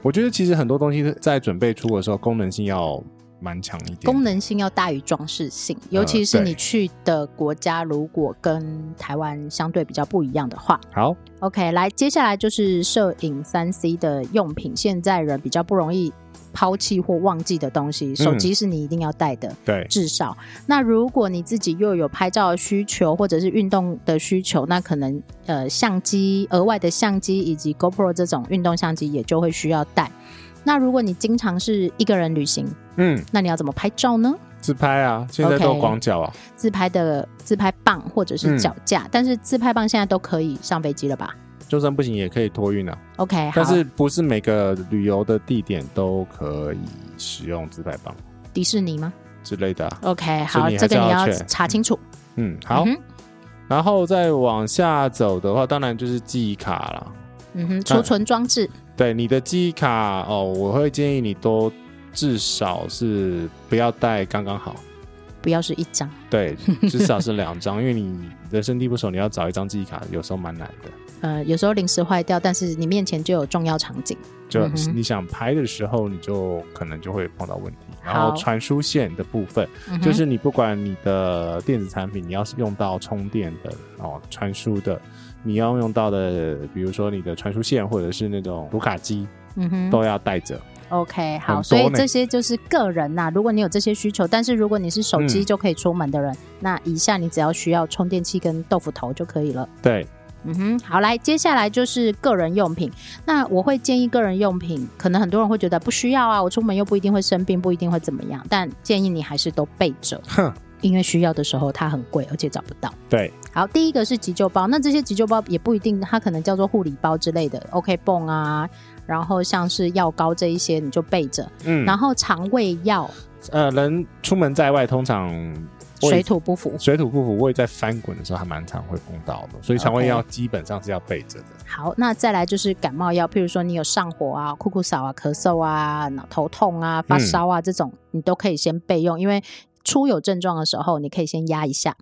Speaker 4: 我觉得其实很多东西在准备出国的时候，功能性要蛮强一点。
Speaker 5: 功能性要大于装饰性，尤其是
Speaker 4: 呃对
Speaker 5: 你去的国家如果跟台湾相对比较不一样的话。
Speaker 4: 好，
Speaker 5: OK，来，接下来就是摄影三 C 的用品，现在人比较不容易抛弃或忘记的东西，
Speaker 4: 嗯
Speaker 5: 手机是你一定要带的。
Speaker 4: 对，
Speaker 5: 至少，那如果你自己又有拍照的需求，或者是运动的需求，那可能呃相机额外的相机以及 GoPro 这种运动相机也就会需要带。那如果你经常是一个人旅行，
Speaker 4: 嗯，
Speaker 5: 那你要怎么拍照呢？
Speaker 4: 自拍啊，现在都有
Speaker 5: OK
Speaker 4: 广角啊，
Speaker 5: 自拍的自拍棒或者
Speaker 4: 嗯
Speaker 5: 是脚架，但是自拍棒现在都可以上飞机了吧
Speaker 4: 就算不行也可以托运啊。
Speaker 5: ？OK，好
Speaker 4: 但是不是每个旅游的地点都可以使用自拍棒
Speaker 5: 迪士尼吗
Speaker 4: 之类的、啊。
Speaker 5: ？OK，
Speaker 4: 所
Speaker 5: 好，
Speaker 4: 以你还
Speaker 5: 这个
Speaker 4: 是
Speaker 5: 你
Speaker 4: 要
Speaker 5: 要
Speaker 4: check
Speaker 5: 查清楚。
Speaker 4: 嗯，好。
Speaker 5: 嗯哼
Speaker 4: 然后再往下走的话，当然就是记忆卡啦。
Speaker 5: 嗯哼，储存装置，
Speaker 4: 对你的记忆卡哦，我会建议你都至少是不要带刚刚好，
Speaker 5: 不要是一张。
Speaker 4: 对，至少是两
Speaker 5: [laughs]
Speaker 4: 张，因为你人生地不熟，你要找一张记忆卡有时候蛮难的。
Speaker 5: 呃，有时候临时坏掉，但是你面前就有重要场景。
Speaker 4: 就
Speaker 5: 嗯哼
Speaker 4: 你想拍的时候，你就可能就会碰到问题。然
Speaker 5: 好
Speaker 4: 后传输线的部分，
Speaker 5: 嗯哼
Speaker 4: 就是你不管你的电子产品，你要是用到充电的哦，传输的，你要用到的，比如说你的传输线或者是那种读卡机，
Speaker 5: 嗯哼
Speaker 4: 都要带着。
Speaker 5: OK，
Speaker 4: 很多
Speaker 5: 好，所以
Speaker 4: 呢
Speaker 5: 这些就是个人呐、如果你有这些需求，但是如果你是手机
Speaker 4: 嗯
Speaker 5: 就可以出门的人，那以下你只要需要充电器跟豆腐头就可以了。
Speaker 4: 对，
Speaker 5: 嗯哼，好，来，接下来就是个人用品。那我会建议个人用品，可能很多人会觉得不需要啊，我出门又不一定会生病，不一定会怎么样，但建议你还是都备着，
Speaker 4: 哼，
Speaker 5: 因为需要的时候它很贵，而且找不到。
Speaker 4: 对，
Speaker 5: 好，第一个是急救包，那这些急救包也不一定，它可能叫做护理包之类的，OK 泵啊，然后像是药膏这一些你就备着，
Speaker 4: 嗯，
Speaker 5: 然后肠胃药
Speaker 4: 呃，人出门在外通常胃
Speaker 5: 水土不服。
Speaker 4: 水土不服，胃在翻滚的时候还蛮常会碰到的，所以肠胃
Speaker 5: OK
Speaker 4: 药基本上是要备着的。
Speaker 5: 好，那再来就是感冒药，譬如说你有上火啊、酷酷嗽啊、咳嗽啊、脑头痛啊、
Speaker 4: 嗯
Speaker 5: 发烧啊、这种，你都可以先备用，因为初有症状的时候，你可以先压一下。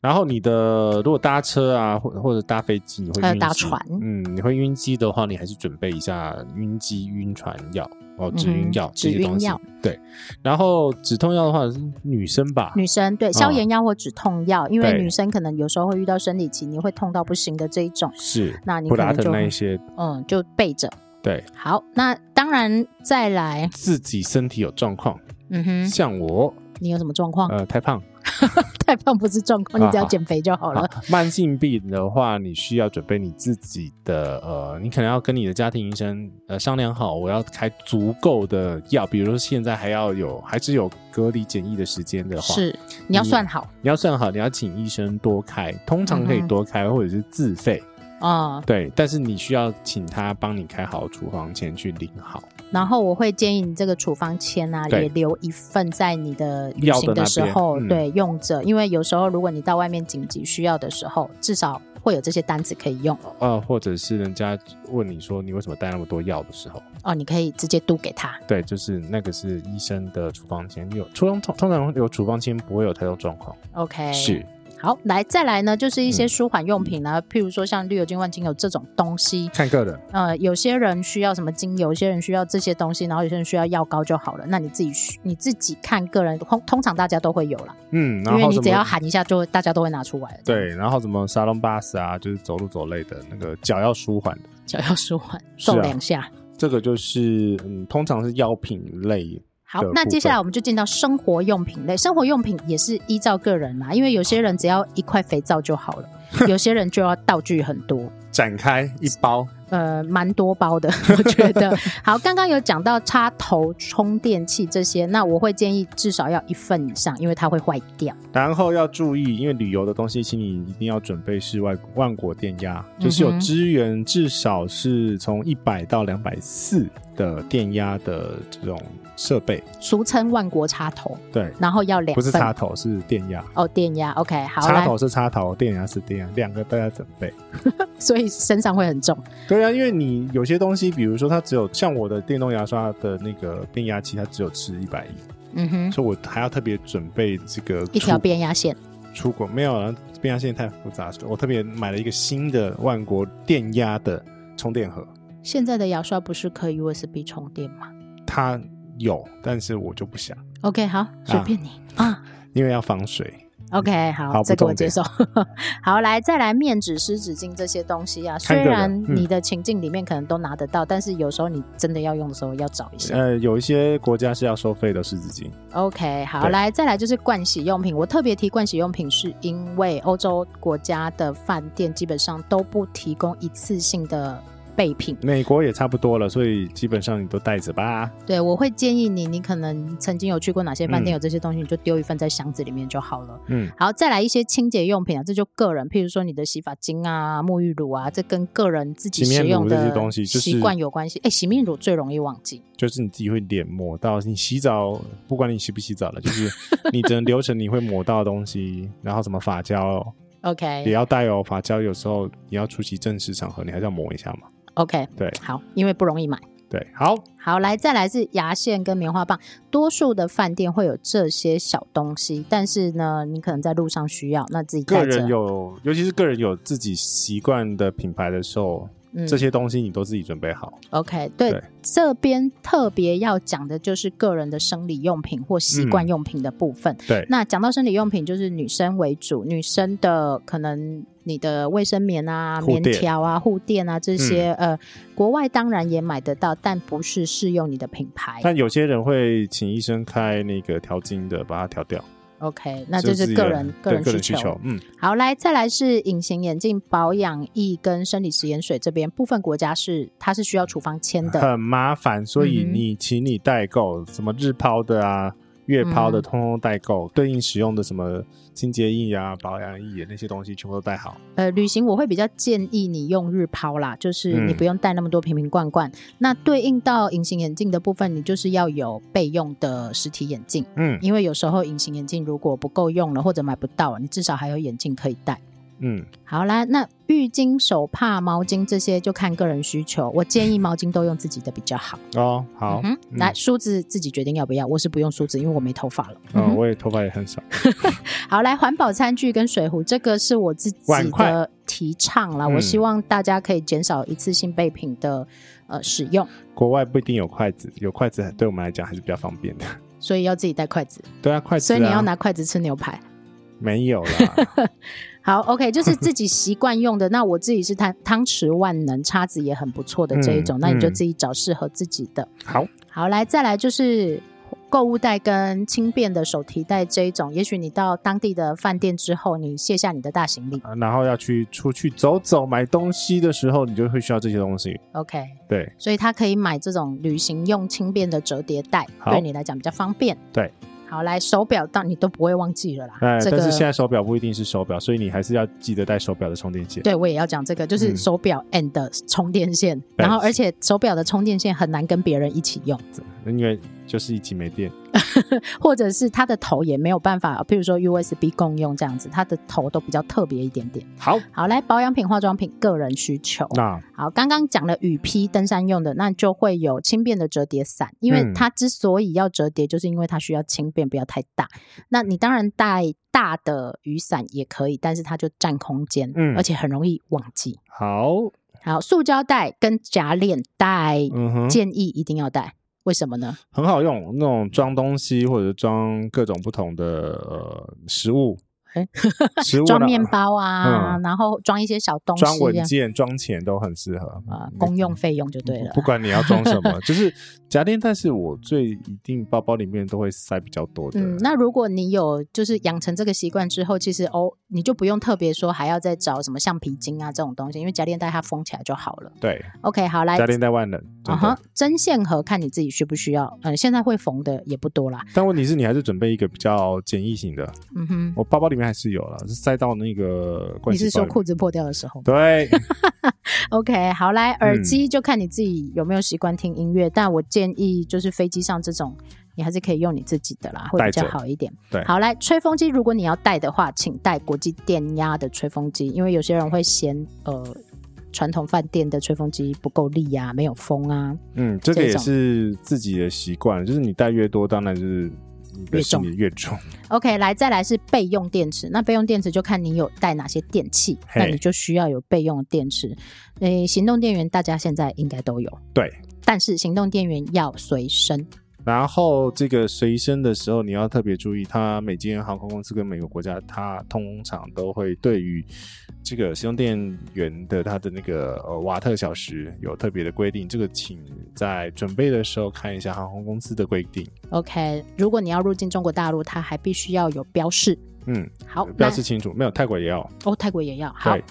Speaker 4: 然后你的如果搭车啊，或或者搭飞机，你会
Speaker 5: 还有
Speaker 4: 晕
Speaker 5: 呃搭
Speaker 4: 机
Speaker 5: 船
Speaker 4: 嗯，你会晕机的话，你还是准备一下晕机、晕船药哦，止
Speaker 5: 嗯
Speaker 4: 晕
Speaker 5: 哼
Speaker 4: 药、这
Speaker 5: 止
Speaker 4: 些东
Speaker 5: 晕
Speaker 4: 西
Speaker 5: 药。
Speaker 4: 对，然后止痛药的话，是女生吧，
Speaker 5: 女生对消炎药或止痛药，因为
Speaker 4: 啊对
Speaker 5: 女生可能有时候会遇到生理期，你会痛到不行的这一种，
Speaker 4: 是
Speaker 5: 那你
Speaker 4: 普
Speaker 5: 可
Speaker 4: 拉
Speaker 5: 能
Speaker 4: 特
Speaker 5: 就
Speaker 4: 那一些，
Speaker 5: 嗯就备着。
Speaker 4: 对
Speaker 5: 好，那当然再来，
Speaker 4: 自己身体有状况，
Speaker 5: 嗯哼，
Speaker 4: 像我
Speaker 5: 你有什么状况？
Speaker 4: 呃太胖，
Speaker 5: [laughs] 太胖不是状况，
Speaker 4: 啊
Speaker 5: 你只要
Speaker 4: 好
Speaker 5: 减肥就好了。
Speaker 4: 好啊慢性病的话，你需要准备你自己的呃，你可能要跟你的家庭医生呃商量好，我要开足够的药，比如说现在还要有还是有隔离检疫的时间的话，嗯
Speaker 5: 是，你要
Speaker 4: 你
Speaker 5: 算好
Speaker 4: 你要算好，你要请医生多开，通常可以
Speaker 5: 嗯哼
Speaker 4: 多开或者是自费，
Speaker 5: 啊、嗯
Speaker 4: 对，但是你需要请他帮你开好处方钱去领好
Speaker 5: 然后我会建议你这个处方签啊，
Speaker 4: 对
Speaker 5: 也留一份在你的旅
Speaker 4: 药的
Speaker 5: 行
Speaker 4: 那边
Speaker 5: 时候，
Speaker 4: 嗯
Speaker 5: 对用着，因为有时候如果你到外面紧急需要的时候，至少会有这些单子可以用
Speaker 4: 呃，或者是人家问你说你为什么带那么多药的时候，
Speaker 5: 哦，你可以直接嘟给他。
Speaker 4: 对，就是那个是医生的处方签，有处方通通常有处方签不会有太多状况，
Speaker 5: 哎 OK，。好，来再来呢，就是一
Speaker 4: 嗯
Speaker 5: 些舒缓用品啦、譬如说像绿油精、万精油这种东西，
Speaker 4: 看个人。
Speaker 5: 呃，有些人需要什么精油，有些人需要这些东西，然后有些人需要药膏就好了。那你自己需你自己看个人，通通常大家都会有啦，
Speaker 4: 嗯，
Speaker 5: 因
Speaker 4: 然
Speaker 5: 为
Speaker 4: 后
Speaker 5: 你
Speaker 4: 什
Speaker 5: 只
Speaker 4: 么？
Speaker 5: 要喊一下就会，大家都会拿出来了。
Speaker 4: 对，然后什么沙龙巴士啊，就是走路走累的那个脚要舒缓的，
Speaker 5: 脚要舒缓，
Speaker 4: 是啊
Speaker 5: 揍两下。
Speaker 4: 这个就是嗯，通常是药品类。
Speaker 5: 好
Speaker 4: 的，
Speaker 5: 那
Speaker 4: 部
Speaker 5: 接下
Speaker 4: 分
Speaker 5: 来我们就进到生活用品类。生活用品也是依照个人啦，因为有些人只要一块肥皂
Speaker 4: [laughs]
Speaker 5: 就好了，有些人就要道具很多，
Speaker 4: 展开一包，
Speaker 5: 呃，蛮多包的，我觉得。好，刚刚有讲到插头、充电器这些，那我会建议至少要一份以上，因为它会坏掉。
Speaker 4: 然后要注意，因为旅游的东西，请你一定要准备是外万国电压，就是有
Speaker 5: 嗯哼
Speaker 4: 支援至少是从一百到两百四的电压的这种设备。
Speaker 5: 俗称万国插头，
Speaker 4: 对，
Speaker 5: 然后要两
Speaker 4: 不
Speaker 5: 份
Speaker 4: 是插头，是电压。
Speaker 5: 哦，电压 OK 好
Speaker 4: 插
Speaker 5: 来，
Speaker 4: 头是插头，电压是电压，两个都要准备。
Speaker 5: 所以身上会很重。
Speaker 4: 对啊，因为你有些东西，比如说它只有像我的电动牙刷的那个变压器，它只有吃一百一，
Speaker 5: 嗯哼，
Speaker 4: 所以我还要特别准备这个
Speaker 5: 一条
Speaker 4: 出
Speaker 5: 变压线，
Speaker 4: 出国没有，然后变压线太复杂，我特别买了一个新的万国电压的充电盒，
Speaker 5: 现在的牙刷不是可以 USB 充电吗
Speaker 4: 它有，但是我就不想，
Speaker 5: ？OK 好，随便你啊
Speaker 4: 因为要防水。
Speaker 5: OK，好，
Speaker 4: 嗯好
Speaker 5: 这
Speaker 4: 不
Speaker 5: 个我
Speaker 4: 重
Speaker 5: 接
Speaker 4: 点
Speaker 5: 受。 [laughs] 好，来再来面纸、湿纸巾这些东西啊，虽
Speaker 4: 看个人
Speaker 5: 然
Speaker 4: 嗯
Speaker 5: 你的情境里面可能都拿得到，但是有时候你真的要用的时候要找一下。
Speaker 4: 呃，有一些国家是要收费的湿纸巾，
Speaker 5: OK，好，
Speaker 4: 呃对
Speaker 5: 来再来就是盥洗用品。我特别提盥洗用品，是因为欧洲国家的饭店基本上都不提供一次性的备品。
Speaker 4: 美国也差不多了，所以基本上你都带着吧。
Speaker 5: 对，我会建议你，你可能曾经有去过哪些饭店
Speaker 4: 嗯
Speaker 5: 有这些东西，你就丢一份在箱子里面就好了。
Speaker 4: 嗯，
Speaker 5: 好，再来一些清洁用品啊，这就个人，譬如说你的洗发精啊、沐浴乳啊，这跟个人自己
Speaker 4: 洗面
Speaker 5: 使
Speaker 4: 乳
Speaker 5: 用
Speaker 4: 这
Speaker 5: 的
Speaker 4: 些东西就是
Speaker 5: 习惯有关系。哎、洗面乳最容易忘记，
Speaker 4: 就是你自己会脸抹到，你洗澡不管你洗不洗澡了，就是
Speaker 5: [laughs]
Speaker 4: 你整个流程你会抹到的东西，然后什么发胶也
Speaker 5: OK
Speaker 4: 要带哦，发胶有时候你要出席正式场合，你还是要抹一下嘛。
Speaker 5: OK，
Speaker 4: 对
Speaker 5: 好，因为不容易买。
Speaker 4: 对，好，
Speaker 5: 好，来再来是牙线跟棉花棒，多数的饭店会有这些小东西，但是呢，你可能在路上需要，那自己带
Speaker 4: 个
Speaker 5: 着。
Speaker 4: 人有，尤其是个人有自己习惯的品牌的时候，
Speaker 5: 嗯
Speaker 4: 这些东西你都自己准备好。
Speaker 5: OK，对，
Speaker 4: 对
Speaker 5: 这边特别要讲的就是个人的生理用品或
Speaker 4: 嗯
Speaker 5: 习惯用品的部分。
Speaker 4: 对
Speaker 5: 那讲到生理用品，就是女生为主，女生的可能你的卫生棉啊、
Speaker 4: 护
Speaker 5: 棉
Speaker 4: 垫嗯
Speaker 5: 条啊、护垫啊这些，呃，国外当然也买得到，但不是适用你的品牌。
Speaker 4: 但有些人会请医生开那个调经的，把它调掉。
Speaker 5: OK，那这
Speaker 4: 就是自己
Speaker 5: 个
Speaker 4: 的
Speaker 5: 人
Speaker 4: 对
Speaker 5: 人
Speaker 4: 个人
Speaker 5: 需
Speaker 4: 需求。嗯，
Speaker 5: 好，来再来是隐形眼镜、保养液跟生理食盐水这边，部分国家是它是需要处方签的。
Speaker 4: 很麻烦，所以
Speaker 5: 嗯哼
Speaker 4: 你请你代购什么日抛的啊、月抛的，
Speaker 5: 嗯
Speaker 4: 通通代购，对应使用的什么清洁液啊、保养液那些东西，全部都带好。
Speaker 5: 呃，旅行我会比较建议你用日抛啦，就是你
Speaker 4: 嗯
Speaker 5: 不用带那么多瓶瓶罐罐。那对应到隐形眼镜的部分，你就是要有备用的实体眼镜，
Speaker 4: 嗯
Speaker 5: 因为有时候隐形眼镜如果不够用了或者买不到，你至少还有眼镜可以戴。
Speaker 4: 嗯，
Speaker 5: 好啦，那浴巾、手帕、毛巾这些就看个人需求。我建议毛巾都用自己的比较好。
Speaker 4: 哦，好，
Speaker 5: 嗯哼，来梳子自己决定要不要，我是不用梳子，因为我没头发了。嗯
Speaker 4: 嗯，
Speaker 5: 哼
Speaker 4: 我也头发也很少。
Speaker 5: 好，来环保餐具跟水壶，这个是我自己
Speaker 4: 碗
Speaker 5: 的
Speaker 4: 筷
Speaker 5: 提倡啦。
Speaker 4: 嗯
Speaker 5: 我希望大家可以减少一次性备品的呃使用，
Speaker 4: 国外不一定有筷子，有筷子对我们来讲还是比较方便的。 [laughs]
Speaker 5: 所以要自己带筷子，
Speaker 4: 对啊，筷子、
Speaker 5: 所以你要？拿筷子吃牛排。
Speaker 4: 没有
Speaker 5: [laughs]
Speaker 4: 啦，
Speaker 5: 好，OK，就是自己习惯用的。那 [laughs] 我自己是汤汤匙万能，叉子也很不错的这一种。
Speaker 4: 嗯
Speaker 5: 那你就
Speaker 4: 嗯
Speaker 5: 自己找适合自己的。
Speaker 4: 好，
Speaker 5: 好，来再来就是购物袋跟轻便的手提袋这一种。也许你到当地的饭店之后，你卸下你的大行李
Speaker 4: 啊然后要去出去走走、买东西的时候，你就会需要这些东西。
Speaker 5: ，OK，
Speaker 4: 对，
Speaker 5: 所以他可以买这种旅行用轻便的折叠袋，
Speaker 4: 好
Speaker 5: 对你来讲比较方便。
Speaker 4: 对，
Speaker 5: 好，来手表当你都不会忘记了啦。
Speaker 4: 哎，
Speaker 5: 这个
Speaker 4: 但是现在手表不一定是手表，所以你还是要记得带手表的充电线。
Speaker 5: 对我也要讲这个，就是
Speaker 4: 嗯
Speaker 5: 手表 and 充电线，然后而且手表的充电线很难跟别人一起用。
Speaker 4: 因为就是一集没电。
Speaker 5: 或者是它的头也没有办法，譬如说 USB 共用这样子，它的头都比较特别一点点。
Speaker 4: 好，
Speaker 5: 好，来保养品、化妆品个人需求。
Speaker 4: 那
Speaker 5: 好，刚刚讲了雨披登山用的，那就会有轻便的折叠伞，因为
Speaker 4: 嗯
Speaker 5: 它之所以要折叠，就是因为它需要轻便，不要太大。那你当然带大的雨伞也可以，但是它就占空间，
Speaker 4: 嗯
Speaker 5: 而且很容易忘记。
Speaker 4: 好，
Speaker 5: 好，塑胶袋跟夹链带，
Speaker 4: 嗯哼，
Speaker 5: 建议一定要带，为什么呢？
Speaker 4: 很好用，那种装东西或者装各种不同的呃食物
Speaker 5: 哎，
Speaker 4: 食物
Speaker 5: 装
Speaker 4: 啦
Speaker 5: 面、包啊，
Speaker 4: 嗯
Speaker 5: 然后装一些小东
Speaker 4: [laughs]
Speaker 5: 西
Speaker 4: 装文
Speaker 5: 啊，
Speaker 4: 件、装钱都很适合。
Speaker 5: 啊，公用费用就对了
Speaker 4: 不。管你要装什
Speaker 5: [laughs]
Speaker 4: 么，就是夹链袋是我最一定包包里面都会塞比较多的。
Speaker 5: 嗯，那如果你有就是养成这个习惯之后，其实哦，你就不用特别说还要再找什么橡皮筋啊这种东西，因为夹链带它封起来就好了。
Speaker 4: 对，
Speaker 5: OK，好来
Speaker 4: 夹，链袋万能，真
Speaker 5: 啊
Speaker 4: 的
Speaker 5: 哈，针线盒看你自己需不需要。嗯，现在会缝的也不多啦。
Speaker 4: 但问题是你还是准备一个比较简易型的，
Speaker 5: 嗯哼，
Speaker 4: 我包包里面还是有了，是塞到那个盥
Speaker 5: 你是
Speaker 4: 洗包
Speaker 5: 说
Speaker 4: 里面。
Speaker 5: 裤子破掉的时候吗
Speaker 4: 对，
Speaker 5: ？OK，好来，
Speaker 4: 嗯
Speaker 5: 耳机就看你自己有没有习惯听音乐，但我建议就是飞机上这种。你还是可以用你自己的啦，会比
Speaker 4: 带
Speaker 5: 较
Speaker 4: 着
Speaker 5: 好一点。
Speaker 4: 对
Speaker 5: 好来，吹风机如果你要带的话，请带国际电压的吹风机，因为有些人会嫌呃传统饭店的吹风机不够力啊，没有风啊。
Speaker 4: 嗯，这个
Speaker 5: 这
Speaker 4: 也
Speaker 5: 种
Speaker 4: 是自己的习惯，就是你带越多，当然就是你的
Speaker 5: 越
Speaker 4: 行
Speaker 5: 重
Speaker 4: 李越重。
Speaker 5: OK，来再来是备用电池，那备用电池就看你有带哪些电器，
Speaker 4: 嘿
Speaker 5: 那你就需要有备用电池。诶、行动电源大家现在应该都有，
Speaker 4: 对，
Speaker 5: 但是行动电源要随身。
Speaker 4: 然后这个随身的时候，你要特别注意，它每间航空公司跟每个国家，它通常都会对于这个使用电源的它的那个呃瓦特小时有特别的规定。这个请在准备的时候看一下航空公司的规定。
Speaker 5: OK，如果你要入境中国大陆，它还必须要有标示。
Speaker 4: 嗯，
Speaker 5: 好，
Speaker 4: 标示清楚。没有泰国也要。
Speaker 5: 那哦，泰国也要好
Speaker 4: 对。，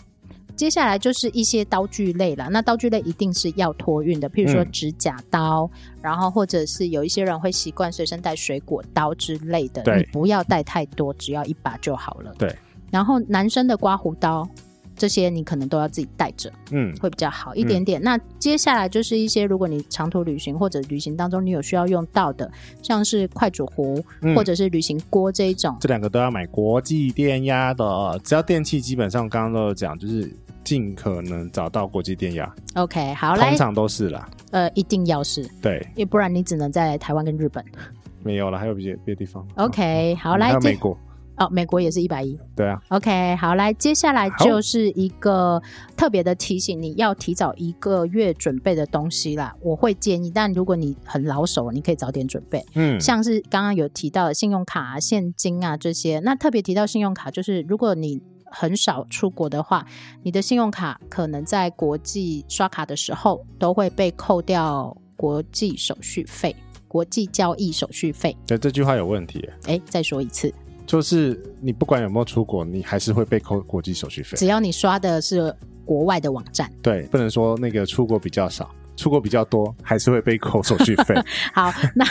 Speaker 5: 接下来就是一些刀具类了，那刀具类一定是要托运的，譬如说
Speaker 4: 嗯
Speaker 5: 指甲刀，然后或者是有一些人会习惯随身带水果刀之类的，
Speaker 4: 对
Speaker 5: 你不要带太多，只要一把就好了。
Speaker 4: 对，
Speaker 5: 然后男生的刮胡刀。这些你可能都要自己带着，
Speaker 4: 嗯，
Speaker 5: 会比较好一点点。那接下来就是一些，如果你长途旅行或者旅行当中你有需要用到的，像是快煮壶、
Speaker 4: 嗯
Speaker 5: 或者是旅行锅这一种，
Speaker 4: 这两个都要买国际电压的，呃只要电器基本上刚刚都有讲，就是尽可能找到国际电压，
Speaker 5: OK，好
Speaker 4: 通
Speaker 5: 来，
Speaker 4: 常都是啦。
Speaker 5: 呃，一定要是，
Speaker 4: 对，
Speaker 5: 要不然你只能在台湾跟日本。
Speaker 4: 没有了，还有别别的地方。
Speaker 5: OK，好，
Speaker 4: 嗯还
Speaker 5: 来
Speaker 4: 有
Speaker 5: 接
Speaker 4: 美国，
Speaker 5: 哦，美国也是一百一。
Speaker 4: 对啊，
Speaker 5: OK，好，来接下来
Speaker 4: 好
Speaker 5: 就是一个特别的提醒，你要提早一个月准备的东西啦。我会建议，但如果你很老手，你可以早点准备。
Speaker 4: 嗯，
Speaker 5: 像是刚刚有提到的信用卡、啊、现金啊这些，那特别提到信用卡，就是如果你很少出国的话，你的信用卡可能在国际刷卡的时候都会被扣掉国际手续费、国际交易手续费。
Speaker 4: 对这句话有问题，
Speaker 5: 哎，再说一次，
Speaker 4: 就是你不管有没有出国，你还是会被扣国际手续费。
Speaker 5: 只要你刷的是国外的网站。
Speaker 4: 对，不能说那个出国比较少，出国比较多，还是会被扣手续
Speaker 5: [laughs]
Speaker 4: 费。 [laughs]
Speaker 5: 好，那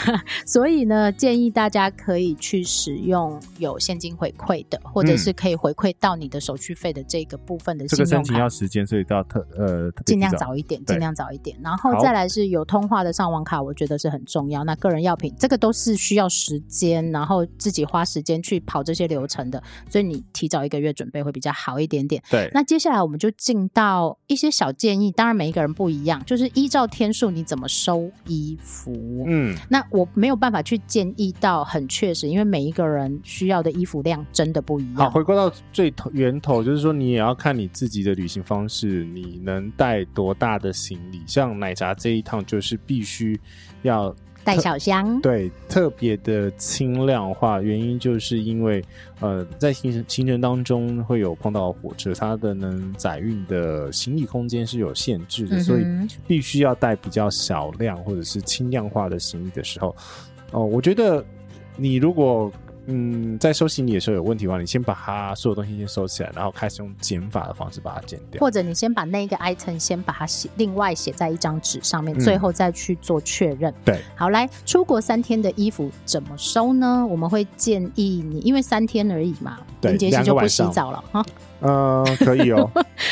Speaker 5: 所以呢，建议大家可以去使用有现金回馈的，或者
Speaker 4: 嗯
Speaker 5: 是可以回馈到你的手续费的这个部分的
Speaker 4: 这
Speaker 5: 信
Speaker 4: 个申
Speaker 5: 用
Speaker 4: 请
Speaker 5: 卡。
Speaker 4: 要时间，所以都要特呃特别
Speaker 5: 尽量
Speaker 4: 提
Speaker 5: 早一点，
Speaker 4: 对
Speaker 5: 尽量早一点，然后
Speaker 4: 好
Speaker 5: 再来是有通话的上网卡，我觉得是很重要。那个人药品这个都是需要时间，然后自己花时间去跑这些流程的，所以你提早一个月准备会比较好一点点。
Speaker 4: 对，
Speaker 5: 那接下来我们就进到一些小建议，当然每一个人不一样，就是依照天数你怎么收衣服。
Speaker 4: 嗯，
Speaker 5: 那我没有办法去建议到很确实，因为每一个人需要的衣服量真的不一
Speaker 4: 好，
Speaker 5: 样。
Speaker 4: 回归到最头源头，就是说你也要看你自己的旅行方式，你能带多大的行李。像奶茶这一趟，就是必须要
Speaker 5: 带小箱，
Speaker 4: 对特别的轻量化，原因就是因为呃，在行程行程当中会有碰到火车，它的能载运的行李空间是有限制的，
Speaker 5: 嗯哼
Speaker 4: 所以必须要带比较少量或者是轻量化的行李的时候，哦、我觉得你如果嗯在收行李的时候有问题的话，你先把它所有东西先收起来，然后开始用减法的方式把它减掉。
Speaker 5: 或者你先把那个 item 先把它写，另外写在一张纸上面，
Speaker 4: 嗯
Speaker 5: 最后再去做确认。
Speaker 4: 对，
Speaker 5: 好，来出国三天的衣服怎么收呢？我们会建议你，因为三天而已嘛，
Speaker 4: 对
Speaker 5: 林杰西
Speaker 4: 两个
Speaker 5: 就不
Speaker 4: 晚
Speaker 5: 洗
Speaker 4: 上
Speaker 5: 澡了哈。 [laughs]
Speaker 4: 嗯，可以哦，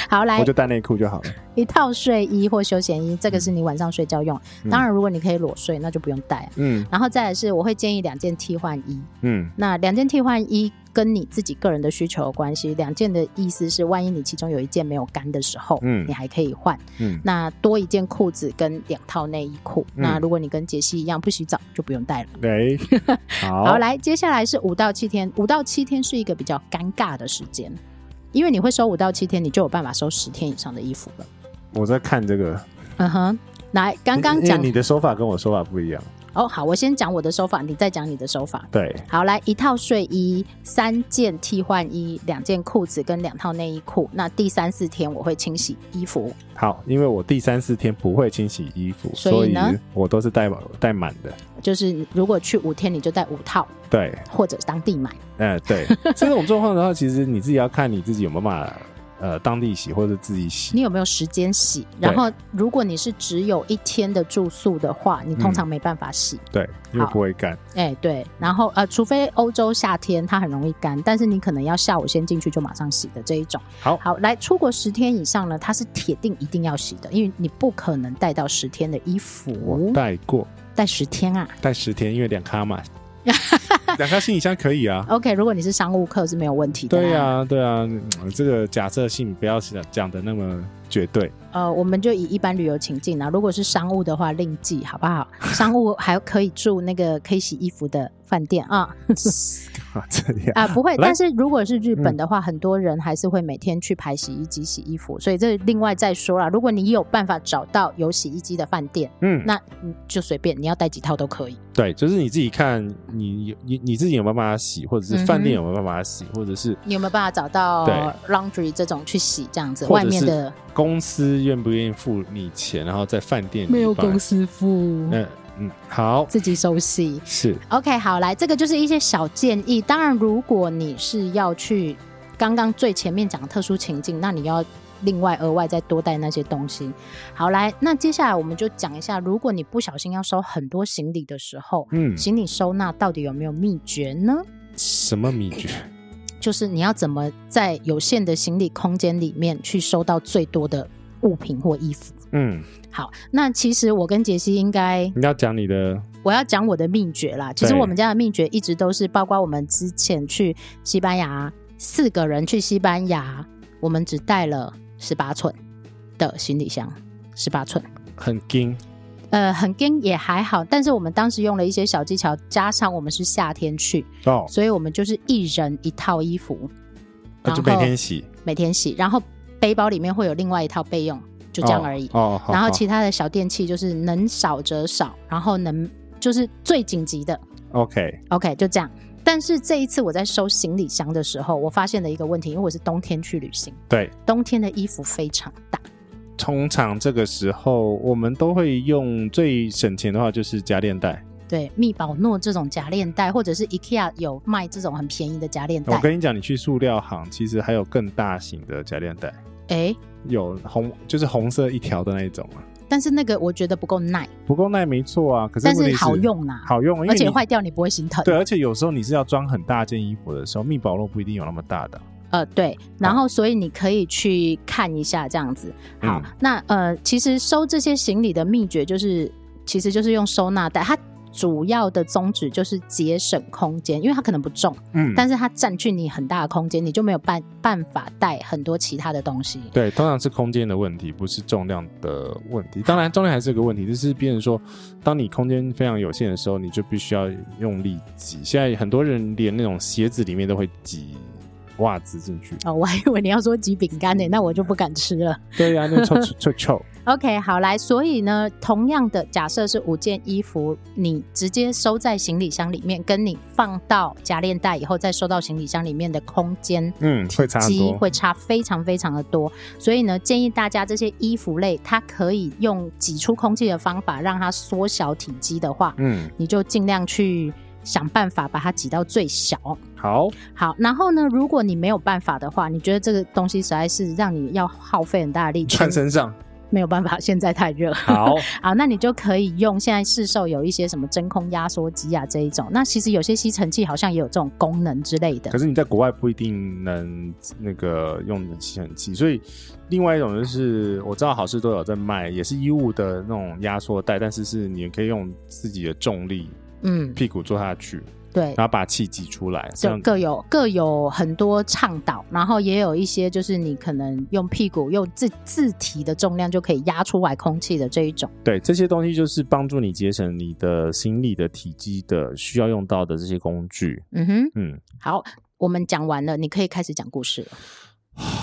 Speaker 5: 好，来
Speaker 4: 我就带内裤就好了。
Speaker 5: 一套睡衣或休闲衣，这个是你晚上睡觉用。
Speaker 4: 嗯
Speaker 5: 当然，如果你可以裸睡，那就不用带啊。
Speaker 4: 嗯
Speaker 5: 然后再来是，我会建议两件替换衣。
Speaker 4: 嗯
Speaker 5: 那两件替换衣跟你自己个人的需求有关系。两件的意思是，万一你其中有一件没有干的时候，
Speaker 4: 嗯
Speaker 5: 你还可以换。 [laughs]
Speaker 4: 嗯
Speaker 5: 那多一件裤子跟两套内衣裤。
Speaker 4: 嗯
Speaker 5: 那如果你跟杰西一样不洗澡，就不用带了。
Speaker 4: 对，哎好，
Speaker 5: 好，来，接下来是五到七天。五到七天是一个比较尴尬的时间，因为你会收五到七天，你就有办法收十天以上的衣服了。
Speaker 4: 我在看这个，
Speaker 5: 嗯哼，来，刚刚
Speaker 4: 因为
Speaker 5: 讲
Speaker 4: 你的说法跟我说法不一样。
Speaker 5: 哦，好，我先讲我的手法，你再讲你的手法。
Speaker 4: 对，
Speaker 5: 好，来一套睡衣，三件替换衣，两件裤子跟两套内衣裤。那第三四天我会清洗衣服，
Speaker 4: 好，因为我第三四天不会清洗衣服，
Speaker 5: 所
Speaker 4: 所
Speaker 5: 以
Speaker 4: 以
Speaker 5: 呢
Speaker 4: 我都是带带满的。
Speaker 5: 就是如果去五天你就带五套，
Speaker 4: 对，
Speaker 5: 或者当地买。
Speaker 4: 呃，
Speaker 5: [laughs]
Speaker 4: 对，这种状况的话，其实你自己要看你自己有没有办法，呃，当地洗或者自己洗。
Speaker 5: 你有没有时间洗？然后如果你是只有一天的住宿的话，你通常没办法洗。
Speaker 4: 对，因为不会干。
Speaker 5: 哎、对，然后呃，除非欧洲夏天它很容易干，但是你可能要下午先进去就马上洗的这一种。
Speaker 4: 好
Speaker 5: 好，来出国十天以上呢，它是铁定一定要洗的，因为你不可能带到十天的衣
Speaker 4: 我
Speaker 5: 服，
Speaker 4: 带过，
Speaker 5: 带十天啊。
Speaker 4: 带十天，因为两咖
Speaker 5: [laughs]
Speaker 4: 嘛，两咖行李箱可以啊。
Speaker 5: OK，如果你是商务客是没有问题的。啊
Speaker 4: 对呀、、对呀、嗯这个假设性不要讲讲的那么绝对。 [laughs]
Speaker 5: 呃，我们就以一般旅游情境啊，如果是商务的话另计，好不好？商务还可以住那个可以洗衣服的饭店啊
Speaker 4: 啊，这样
Speaker 5: 啊，不会。
Speaker 4: 来嗯
Speaker 5: 但是如果是日本的话，很多人还是会每天去排洗衣机洗衣服，所以这另外再说啦。如果你有办法找到有洗衣机的饭店，
Speaker 4: 嗯，
Speaker 5: 那你就随便，你要带几套都可以。
Speaker 4: 对，就是你自己看你你你自己有没有办法洗，或者
Speaker 5: 嗯哼
Speaker 4: 是饭店有没有办法洗，或者是
Speaker 5: 你有没有办法找到
Speaker 4: 对
Speaker 5: laundry 这种去洗这样子？
Speaker 4: 或
Speaker 5: 外
Speaker 4: 者
Speaker 5: 面
Speaker 4: 是
Speaker 5: 的
Speaker 4: 公司愿不愿意付你钱，然后在饭店里帮你。
Speaker 5: 司付
Speaker 4: 嗯嗯，好，
Speaker 5: 自己手洗。
Speaker 4: 是
Speaker 5: OK，好，来，这个就是一些小建议。当然，如果你是要去刚刚最前面讲的特殊情境，那你要另外额外再多带那些东西。好，来，那接下来我们就讲一下，如果你不小心要收很多行李的时候，
Speaker 4: 嗯，
Speaker 5: 行李收纳到底有没有秘诀呢？
Speaker 4: 什么秘诀？
Speaker 5: 就是你要怎么在有限的行李空间里面去收到最多的物品或衣服。
Speaker 4: 嗯，
Speaker 5: 好，那其实我跟杰西应该
Speaker 4: 你要讲你的，
Speaker 5: 我要讲我的秘诀啦。其实
Speaker 4: 对
Speaker 5: 我们家的秘诀一直都是，包括我们之前去西班牙，四个人去西班牙，我们只带了十八寸的行李箱，十八寸。
Speaker 4: 很精，
Speaker 5: 呃，很跟也还好，但是我们当时用了一些小技巧，加上我们是夏天去，
Speaker 4: 哦，
Speaker 5: 所以我们就是一人一套衣服，
Speaker 4: 那
Speaker 5: 然
Speaker 4: 就每
Speaker 5: 后
Speaker 4: 天洗，
Speaker 5: 每天洗，然后背包里面会有另外一套备用，就
Speaker 4: 就
Speaker 5: 这样而已。
Speaker 4: 哦，好
Speaker 5: 然后
Speaker 4: 好
Speaker 5: 其他的小电器就是能少则少，然后能就是最紧急的，
Speaker 4: OK，
Speaker 5: OK，就这样。但是这一次我在收行李箱的时候，我发现了一个问题，因为我是冬天去旅行，
Speaker 4: 对，
Speaker 5: 冬天的衣服非常大。
Speaker 4: 通常这个时候我们都会用最省钱的话就是夹链袋。
Speaker 5: 对，密宝诺这种夹链袋，或者是 IKEA 有卖这种很便宜的夹链
Speaker 4: 我
Speaker 5: 袋。
Speaker 4: 跟你讲，你去塑料行其实还有更大型的夹链袋，
Speaker 5: 哎，
Speaker 4: 有红就是红色一条的那一种啊，
Speaker 5: 但是那个我觉得不够耐，
Speaker 4: 不够耐没错啊，可是
Speaker 5: 但
Speaker 4: 问
Speaker 5: 是
Speaker 4: 题
Speaker 5: 好用啦、
Speaker 4: 好用，因为
Speaker 5: 而且
Speaker 4: 你
Speaker 5: 坏掉你不会心疼。
Speaker 4: 对，而且有时候你是要装很大件衣服的时候，密保罗不一定有那么大的。啊
Speaker 5: 呃，对，然后所以你可以去看一下这样子。好，
Speaker 4: 嗯
Speaker 5: 那呃，其实收这些行李的秘诀就是，其实就是用收纳袋，它主要的宗旨就是节省空间，因为它可能不重，
Speaker 4: 嗯
Speaker 5: 但是它占据你很大的空间，你就没有办办法带很多其他的东西。
Speaker 4: 对，通常是空间的问题，不是重量的问题。当然，重量还是个问题，就是变成说，当你空间非常有限的时候，你就必须要用力挤。现在很多人连那种鞋子里面都会挤袜子进去。
Speaker 5: 哦，我还以为你要说挤饼干
Speaker 4: 嗯
Speaker 5: 呢，那我就不敢吃了。
Speaker 4: 对呀、那臭臭臭
Speaker 5: [laughs]
Speaker 4: 臭。
Speaker 5: OK，好来，所以呢，同样的，假设是五件衣服，你直接收在行李箱里面，跟你放到夹链袋以后再收到行李箱里面的空间
Speaker 4: 嗯，会差很
Speaker 5: 机
Speaker 4: 多。
Speaker 5: 会差非常非常的多。所以呢，建议大家这些衣服类，它可以用挤出空气的方法让它缩小体积的话，
Speaker 4: 嗯，
Speaker 5: 你就尽量去想办法把它挤到最小。
Speaker 4: 好，
Speaker 5: 好，然后呢，如果你没有办法的话，你觉得这个东西实在是让你要耗费很大的力气，
Speaker 4: 穿身上
Speaker 5: 没有办法，现在太热。
Speaker 6: 好，
Speaker 5: [laughs] 好，那你就可以用现在市售有一些什么真空压缩机啊这一种，那其实有些吸尘器好像也有这种功能之类的
Speaker 4: 可。是你在国外不一定能那个用吸尘器，所以另外一种就是我知道好事多有在卖，也是衣物的那种压缩袋，但是是你可以用自己的重力
Speaker 5: 嗯，
Speaker 4: 屁股坐下去，
Speaker 5: 对。
Speaker 4: 然后把气挤出来，这
Speaker 5: 就
Speaker 4: 样
Speaker 5: 各有各有很多倡导，然后也有一些就是你可能用屁股用自自体的重量就可以压出来空气的这一种。
Speaker 4: 对这些东西就是帮助你节省你的心力的体积的需要用到的这些工具。
Speaker 5: 嗯哼，
Speaker 4: 嗯，
Speaker 5: 好，我们讲完了，你可以开始讲故事了。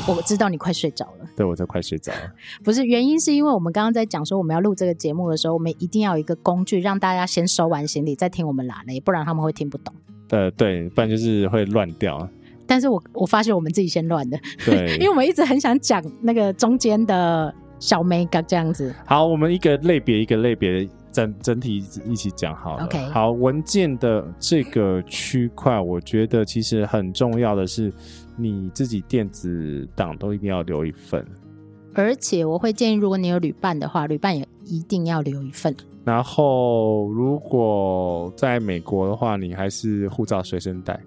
Speaker 5: 我知道你快睡着了，
Speaker 4: 对我在快睡着了，
Speaker 5: 不是原因是因为我们刚刚在讲说我们要录这个节目的时候，我们一定要有一个工具让大家先收完行李再听我们拉嘞，不然他们会听不懂。
Speaker 4: 呃，对，不然就是会乱掉。
Speaker 5: 但是我我发现我们自己先乱的，
Speaker 4: 对，
Speaker 5: [laughs] 因为我们一直很想讲那个中间的小 m e 这
Speaker 4: [laughs]
Speaker 5: 样子。
Speaker 4: 好，我们一个类别一个类别整整体一起讲好了。
Speaker 5: OK
Speaker 4: 好，文件的这个区块，我觉得其实很重要的是，你自己电子档都一定要留一份。
Speaker 5: 而且我会建议，如果你有旅伴的话，旅伴也一定要留一份。
Speaker 4: 然后，如果在美国的话，你还是护照随身带，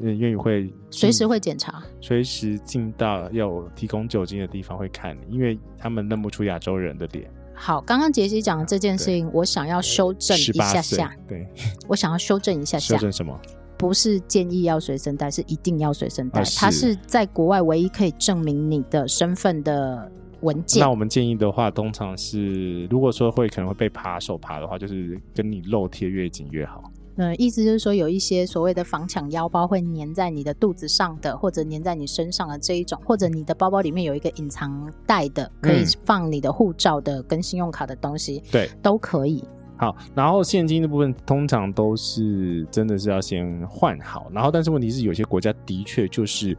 Speaker 4: 嗯，因为会
Speaker 5: 随时
Speaker 4: 进
Speaker 5: 会检查，
Speaker 4: 随时进到有提供酒精的地方会看你，因为他们认不出亚洲人的脸。
Speaker 5: 好，刚刚杰西讲的这件事情，我想要修正
Speaker 4: 十
Speaker 5: 一
Speaker 4: 八
Speaker 5: 下
Speaker 4: 岁
Speaker 5: 下，，
Speaker 4: 对，
Speaker 5: 我想要修正一下下
Speaker 4: 修，正什么？
Speaker 5: 不是建议要随身带，是一定要随身带。
Speaker 4: 啊
Speaker 5: 它
Speaker 4: 是
Speaker 5: 是在国外唯一可以证明你的身份的文件
Speaker 4: 那。我们建议的话，通常是如果说会可能会被扒手扒的话，就是跟你肉贴越紧越好。
Speaker 5: 嗯，意思就是说，有一些所谓的防抢腰包会粘在你的肚子上的，或者粘在你身上的这一种，或者你的包包里面有一个隐藏袋的，可以
Speaker 4: 嗯
Speaker 5: 放你的护照的跟信用卡的东西，
Speaker 4: 对，
Speaker 5: 都可以。
Speaker 4: 好，然后现金的部分通常都是真的是要先换好，然后但是问题是有些国家的确就是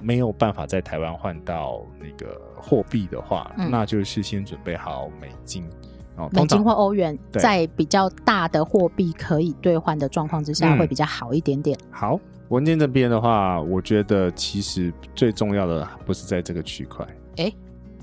Speaker 4: 没有办法在台湾换到那个货币的话，
Speaker 5: 嗯
Speaker 4: 那就是先准备好美金哦，
Speaker 5: 美
Speaker 4: 通常
Speaker 5: 金或欧元
Speaker 4: 对
Speaker 5: 在比较大的货币可以兑换的状况之下，
Speaker 4: 嗯
Speaker 5: 会比较好一点点。
Speaker 4: 好。文件这边的话，我觉得其实最重要的不是在这个区块，
Speaker 5: 诶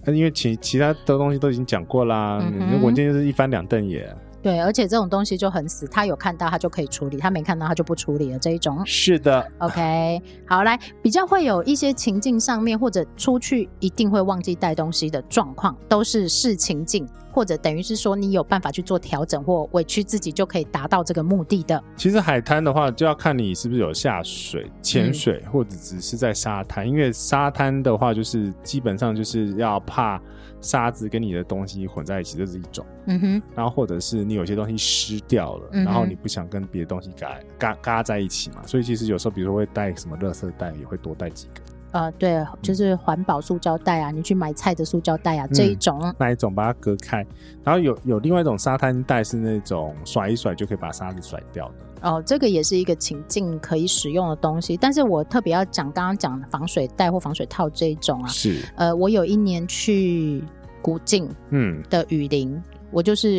Speaker 4: 那因为其其他的东西都已经讲过啦，
Speaker 5: 嗯
Speaker 4: 你
Speaker 5: 哼
Speaker 4: 文件就是一翻两瞪眼。
Speaker 5: 对，而且这种东西就很死，他有看到他就可以处理，他没看到他就不处理了这一种。
Speaker 4: 是的，
Speaker 5: OK，好，来比较会有一些情境上面或者出去一定会忘记带东西的状况，都是视情境，或者等于是说你有办法去做调整或委屈自己就可以达到这个目的的。
Speaker 4: 其实海滩的话，就要看你是不是有下水、潜水，或者只是在沙滩。因为沙滩的话，就是基本上就是要怕沙子跟你的东西混在一起，这是一种。
Speaker 5: 嗯哼，
Speaker 4: 然后或者是你有些东西湿掉了，
Speaker 5: 嗯哼
Speaker 4: 然后你不想跟别的东西嘎嘎嘎在一起嘛，所以其实有时候，比如说会带什么垃圾袋，也会多带几个。
Speaker 5: 呃，对，就是环保塑胶袋啊，你去买菜的塑胶袋啊这一种。
Speaker 4: 那一种把它隔开，然后有有另外一种沙滩袋是那种甩一甩就可以把沙子甩掉的。
Speaker 5: 哦，这个也是一个情境可以使用的东西，但是我特别要讲刚刚讲的防水袋或防水套这一种啊，
Speaker 4: 是，
Speaker 5: 呃，我有一年去古晋
Speaker 4: 嗯，
Speaker 5: 的雨林，我就是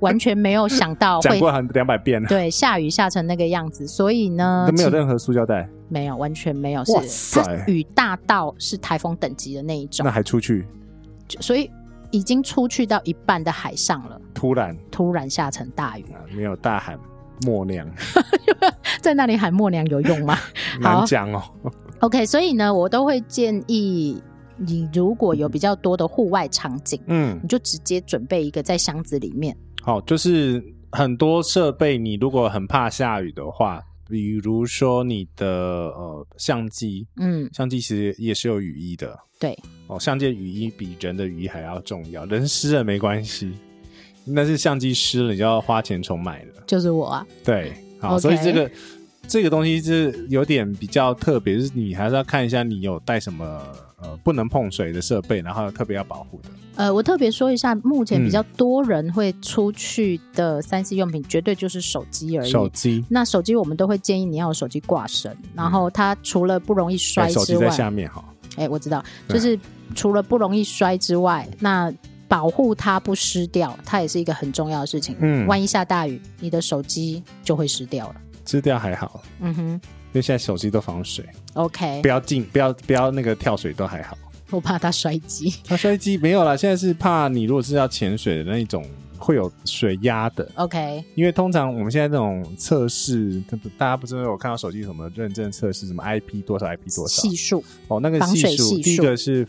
Speaker 5: 完全没有想
Speaker 4: [laughs]
Speaker 5: 到
Speaker 4: 讲
Speaker 5: 会
Speaker 4: 过很两百遍了，
Speaker 5: 对下雨下成那个样子，所以呢，
Speaker 4: 都没有
Speaker 5: 其
Speaker 4: 任何塑胶袋。
Speaker 5: 没有完全没有，
Speaker 4: 哇
Speaker 5: 是
Speaker 4: 塞
Speaker 5: 它雨大到是台风等级的那一种
Speaker 4: 那，还出去？
Speaker 5: 就所以已经出去到一半的海上了，
Speaker 4: 突然
Speaker 5: 突然下成
Speaker 4: [laughs]
Speaker 5: 大雨，
Speaker 4: 啊，没有大喊默娘，
Speaker 5: 在那里喊默娘有用吗？
Speaker 4: 难讲哦。
Speaker 5: [laughs] OK，所以呢，我都会建议你，如果有比较多的户外场景，
Speaker 4: 嗯
Speaker 5: 你，就直接准备一个在箱子里面。
Speaker 4: 好，就是很多设备，你如果很怕下雨的话，比如说你的呃相机，
Speaker 5: 嗯，
Speaker 4: 相机其实也是有雨衣的。
Speaker 5: 对，
Speaker 4: 哦，相机的雨衣比人的雨衣还要重要，人湿了没关系，但是相机湿了你就要花钱重买了。
Speaker 5: 就是我啊，
Speaker 4: 对，好
Speaker 5: OK
Speaker 4: 所以这个这个东西是有点比较特别，就是你还是要看一下你有带什么呃不能碰水的设备，然后特别要保护的。
Speaker 5: 呃，我特别说一下，目前
Speaker 4: 嗯
Speaker 5: 比较多人会出去的三 C 用品，绝对就是手机而已。
Speaker 4: 手机，
Speaker 5: 那手机我们都会建议你要有手机挂绳，然后它除了不容易
Speaker 4: 嗯
Speaker 5: 摔
Speaker 4: 哎手
Speaker 5: 之
Speaker 4: 机
Speaker 5: 外，
Speaker 4: 在下面哈。
Speaker 5: 哎、我知道，
Speaker 4: 对
Speaker 5: 就是除了不容易摔之外，那保护它不湿掉，它也是一个很重要的事情。
Speaker 4: 嗯
Speaker 5: 万一下大雨，你的手机就会湿掉了。
Speaker 4: 湿掉还好，
Speaker 5: 嗯哼
Speaker 4: 因为现在手机都防水，[laughs]
Speaker 5: ，OK，
Speaker 4: 不要进，不要不要那个跳水都还好。
Speaker 5: 我怕它摔机。
Speaker 4: 它摔机没有啦，现在是怕你如果是要潜水的那一种，会有水压的。
Speaker 5: OK，
Speaker 4: 因为通常我们现在这种测试，大家不是有看到手机什么认证测试，什么 IP 多少 IP 多少
Speaker 5: 系数
Speaker 4: 哦，那个
Speaker 5: 防
Speaker 4: 系
Speaker 5: 水系
Speaker 4: 数，
Speaker 5: 数
Speaker 4: 第一个是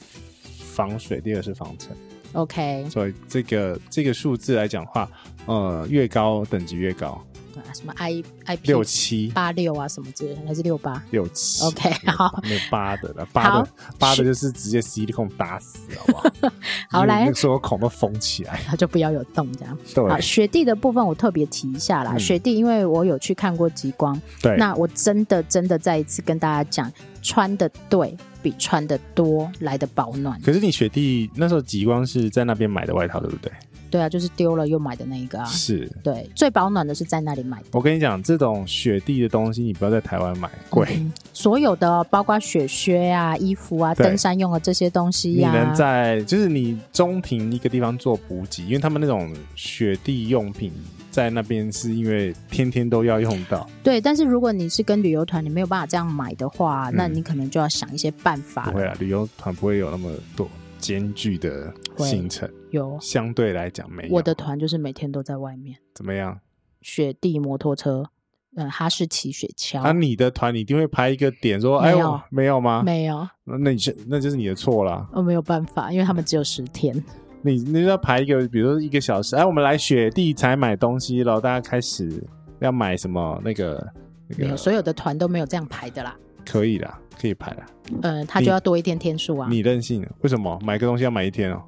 Speaker 4: 防水，第二个是防尘，
Speaker 5: OK，
Speaker 4: 所以这个这个数字来讲的话，呃，越高等级越高，
Speaker 5: 啊什么 I I P
Speaker 4: 六七
Speaker 5: 八六啊什么之类的，还是六八？
Speaker 4: 六七
Speaker 5: OK，好
Speaker 4: 没有八的了，八的八的就是直接 C 孔打死，好不好？
Speaker 5: [laughs] 好来
Speaker 4: 那所有孔都封起来，
Speaker 5: 它就不要有洞这样。
Speaker 4: 对
Speaker 5: 好，雪地的部分我特别提一下啦。
Speaker 4: 嗯
Speaker 5: 雪地，因为我有去看过极光，
Speaker 4: 对，
Speaker 5: 那我真的真的再一次跟大家讲，穿的对比穿的多来的保暖。
Speaker 4: 可是你雪地那时候极光是在那边买的外套，对不对？
Speaker 5: 对啊，就是丢了又买的那一个啊。
Speaker 4: 是。
Speaker 5: 对，最保暖的是在那里买的。
Speaker 4: 我跟你讲，这种雪地的东西，你不要在台湾买，贵。
Speaker 5: 嗯所有的哦、包括雪靴啊、衣服啊、
Speaker 4: 对
Speaker 5: 登山用的这些东西啊
Speaker 4: 你
Speaker 5: 呀、
Speaker 4: 能在就是你中庭一个地方做补给，因为他们那种雪地用品在那边是因为天天都要用到。
Speaker 5: 对，但是如果你是跟旅游团，你没有办法这样买的话，那你可能就要想一些办法
Speaker 4: 嗯不
Speaker 5: 了。
Speaker 4: 会啦，啊旅游团不会有那么多艰巨的行程，
Speaker 5: 有，
Speaker 4: 相对来讲没有。
Speaker 5: 我的团就是每天都在外面，
Speaker 4: 怎么样？
Speaker 5: 雪地摩托车，嗯，哈士奇雪橇，
Speaker 4: 啊，你的团你一定会排一个点说，哎，
Speaker 5: 哦没有
Speaker 4: 我没有吗？
Speaker 5: 没有，
Speaker 4: 那那你是那就是你的错啦。
Speaker 5: 我没有办法，因为他们只有十天。
Speaker 4: 你你就要排一个，比如说一个小时，哎，我们来雪地才买东西然后大家开始要买什么那个那
Speaker 5: 没有，
Speaker 4: 个
Speaker 5: 所有的团都没有这样排的啦。
Speaker 4: 可以啦，可以排啦。
Speaker 5: 呃，他就要多一天天数啊，
Speaker 4: 嗯你任性，为什么买个东西要买一天哦？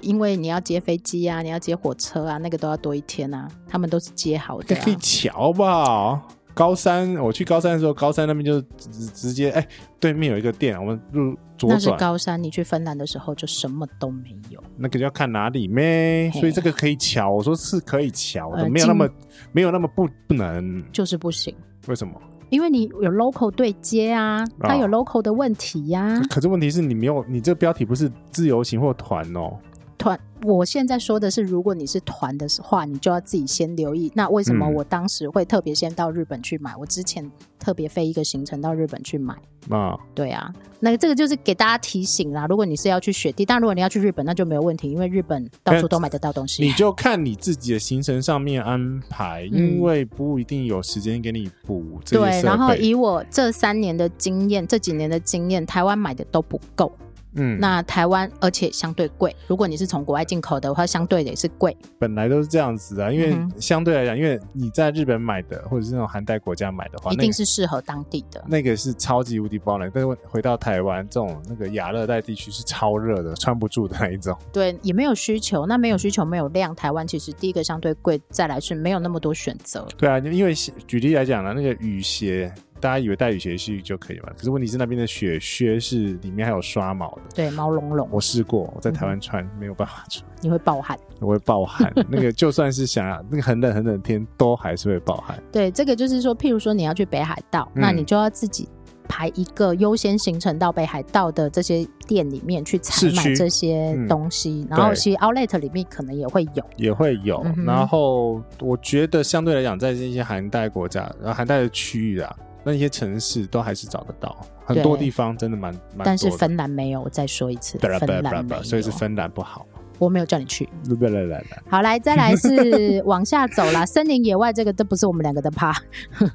Speaker 5: 因为你要接飞机啊，你要接火车啊，那个都要多一天啊。他们都是接好的、啊
Speaker 4: 可，以瞧吧。哦高三，我去高三的时候，高三那边就直直接哎，对面有一个店，我们入左
Speaker 5: 那是
Speaker 4: 转，
Speaker 5: 高山。你去芬兰的时候就什么都没有，
Speaker 4: 那个就要看哪里咩，
Speaker 5: 嘿
Speaker 4: 所以这个可以瞧。我说是可以瞧的，
Speaker 5: 呃
Speaker 4: 没有那
Speaker 5: 进
Speaker 4: 么没有那么不不能，
Speaker 5: 就是不行，
Speaker 4: 为什么？
Speaker 5: 因为你有 local 对接啊，它有 local 的问题呀、
Speaker 4: 可是问题是你没有，你这标题不是自由行或团哦，
Speaker 5: 团，我现在说的是，如果你是团的话，你就要自己先留意。那为什么
Speaker 4: 嗯
Speaker 5: 我当时会特别先到日本去买？我之前特别飞一个行程到日本去买。
Speaker 4: 啊，
Speaker 5: 对啊，那这个就是给大家提醒啦。如果你是要去雪地，但如果你要去日本，那就没有问题，因为日本到处都买得到东
Speaker 4: 你
Speaker 5: 西。
Speaker 4: 就看你自己的行程上面安排，因为不一定有时间给你补这些
Speaker 5: 嗯对，
Speaker 4: 设
Speaker 5: 然后
Speaker 4: 备。
Speaker 5: 以我这三年的经验，这几年的经验，台湾买的都不够。
Speaker 4: 嗯，
Speaker 5: 那台湾而且相对贵，如果你是从国外进口的话，相对的也是贵。
Speaker 4: 本来都是这样子啊，因为
Speaker 5: 嗯
Speaker 4: 相对来讲，因为你在日本买的或者是那种寒带国家买的话，
Speaker 5: 一定
Speaker 4: 那
Speaker 5: 是适合当地的。
Speaker 4: 那个是超级无敌保暖，但是回到台湾这种那个亚热带地区是超热的，穿不住的那一种。
Speaker 5: 对，也没有需求，那没有需求，没有量。台湾其实第一个相对贵，再来是没有那么多选择。
Speaker 4: 对啊，因为举例来讲呢，那个雨鞋，大家以为带雨鞋去就可以嘛，可是问题是那边的雪靴是里面还有刷毛的。
Speaker 5: 对，毛茸茸，
Speaker 4: 我试过，我在台湾穿、没有办法穿，
Speaker 5: 你会暴汗。
Speaker 4: 我会暴
Speaker 5: [laughs]
Speaker 4: 汗。那个就算是想要那个很冷很冷的天，都还是会暴汗。
Speaker 5: 对，这个就是说，譬如说你要去北海道，
Speaker 4: 嗯
Speaker 5: 那你就要自己排一个优先行程到北海道的这些店里面去采
Speaker 4: 市
Speaker 5: 买
Speaker 4: 区
Speaker 5: 这些
Speaker 4: 嗯
Speaker 5: 东西，然后
Speaker 4: 对
Speaker 5: 其实 Outlet 里面可能也会有。
Speaker 4: 也会有。
Speaker 5: 嗯哼
Speaker 4: 然后我觉得相对来讲，在这些寒带国家、然后寒带的区域啊，那些城市都还是找得到，很多地方真的蛮蛮多的。
Speaker 5: 但是芬兰没有，我再说一次，
Speaker 4: 对啦
Speaker 5: 芬
Speaker 4: 对啦
Speaker 5: 兰
Speaker 4: 对啦
Speaker 5: 没有，
Speaker 4: 所以是芬兰不好嘛。
Speaker 5: 我没有叫你去。
Speaker 4: 对对对对
Speaker 5: 好，来，再
Speaker 4: [laughs]
Speaker 5: 来是往下走啦，森林野外这个都不是我们两个的趴，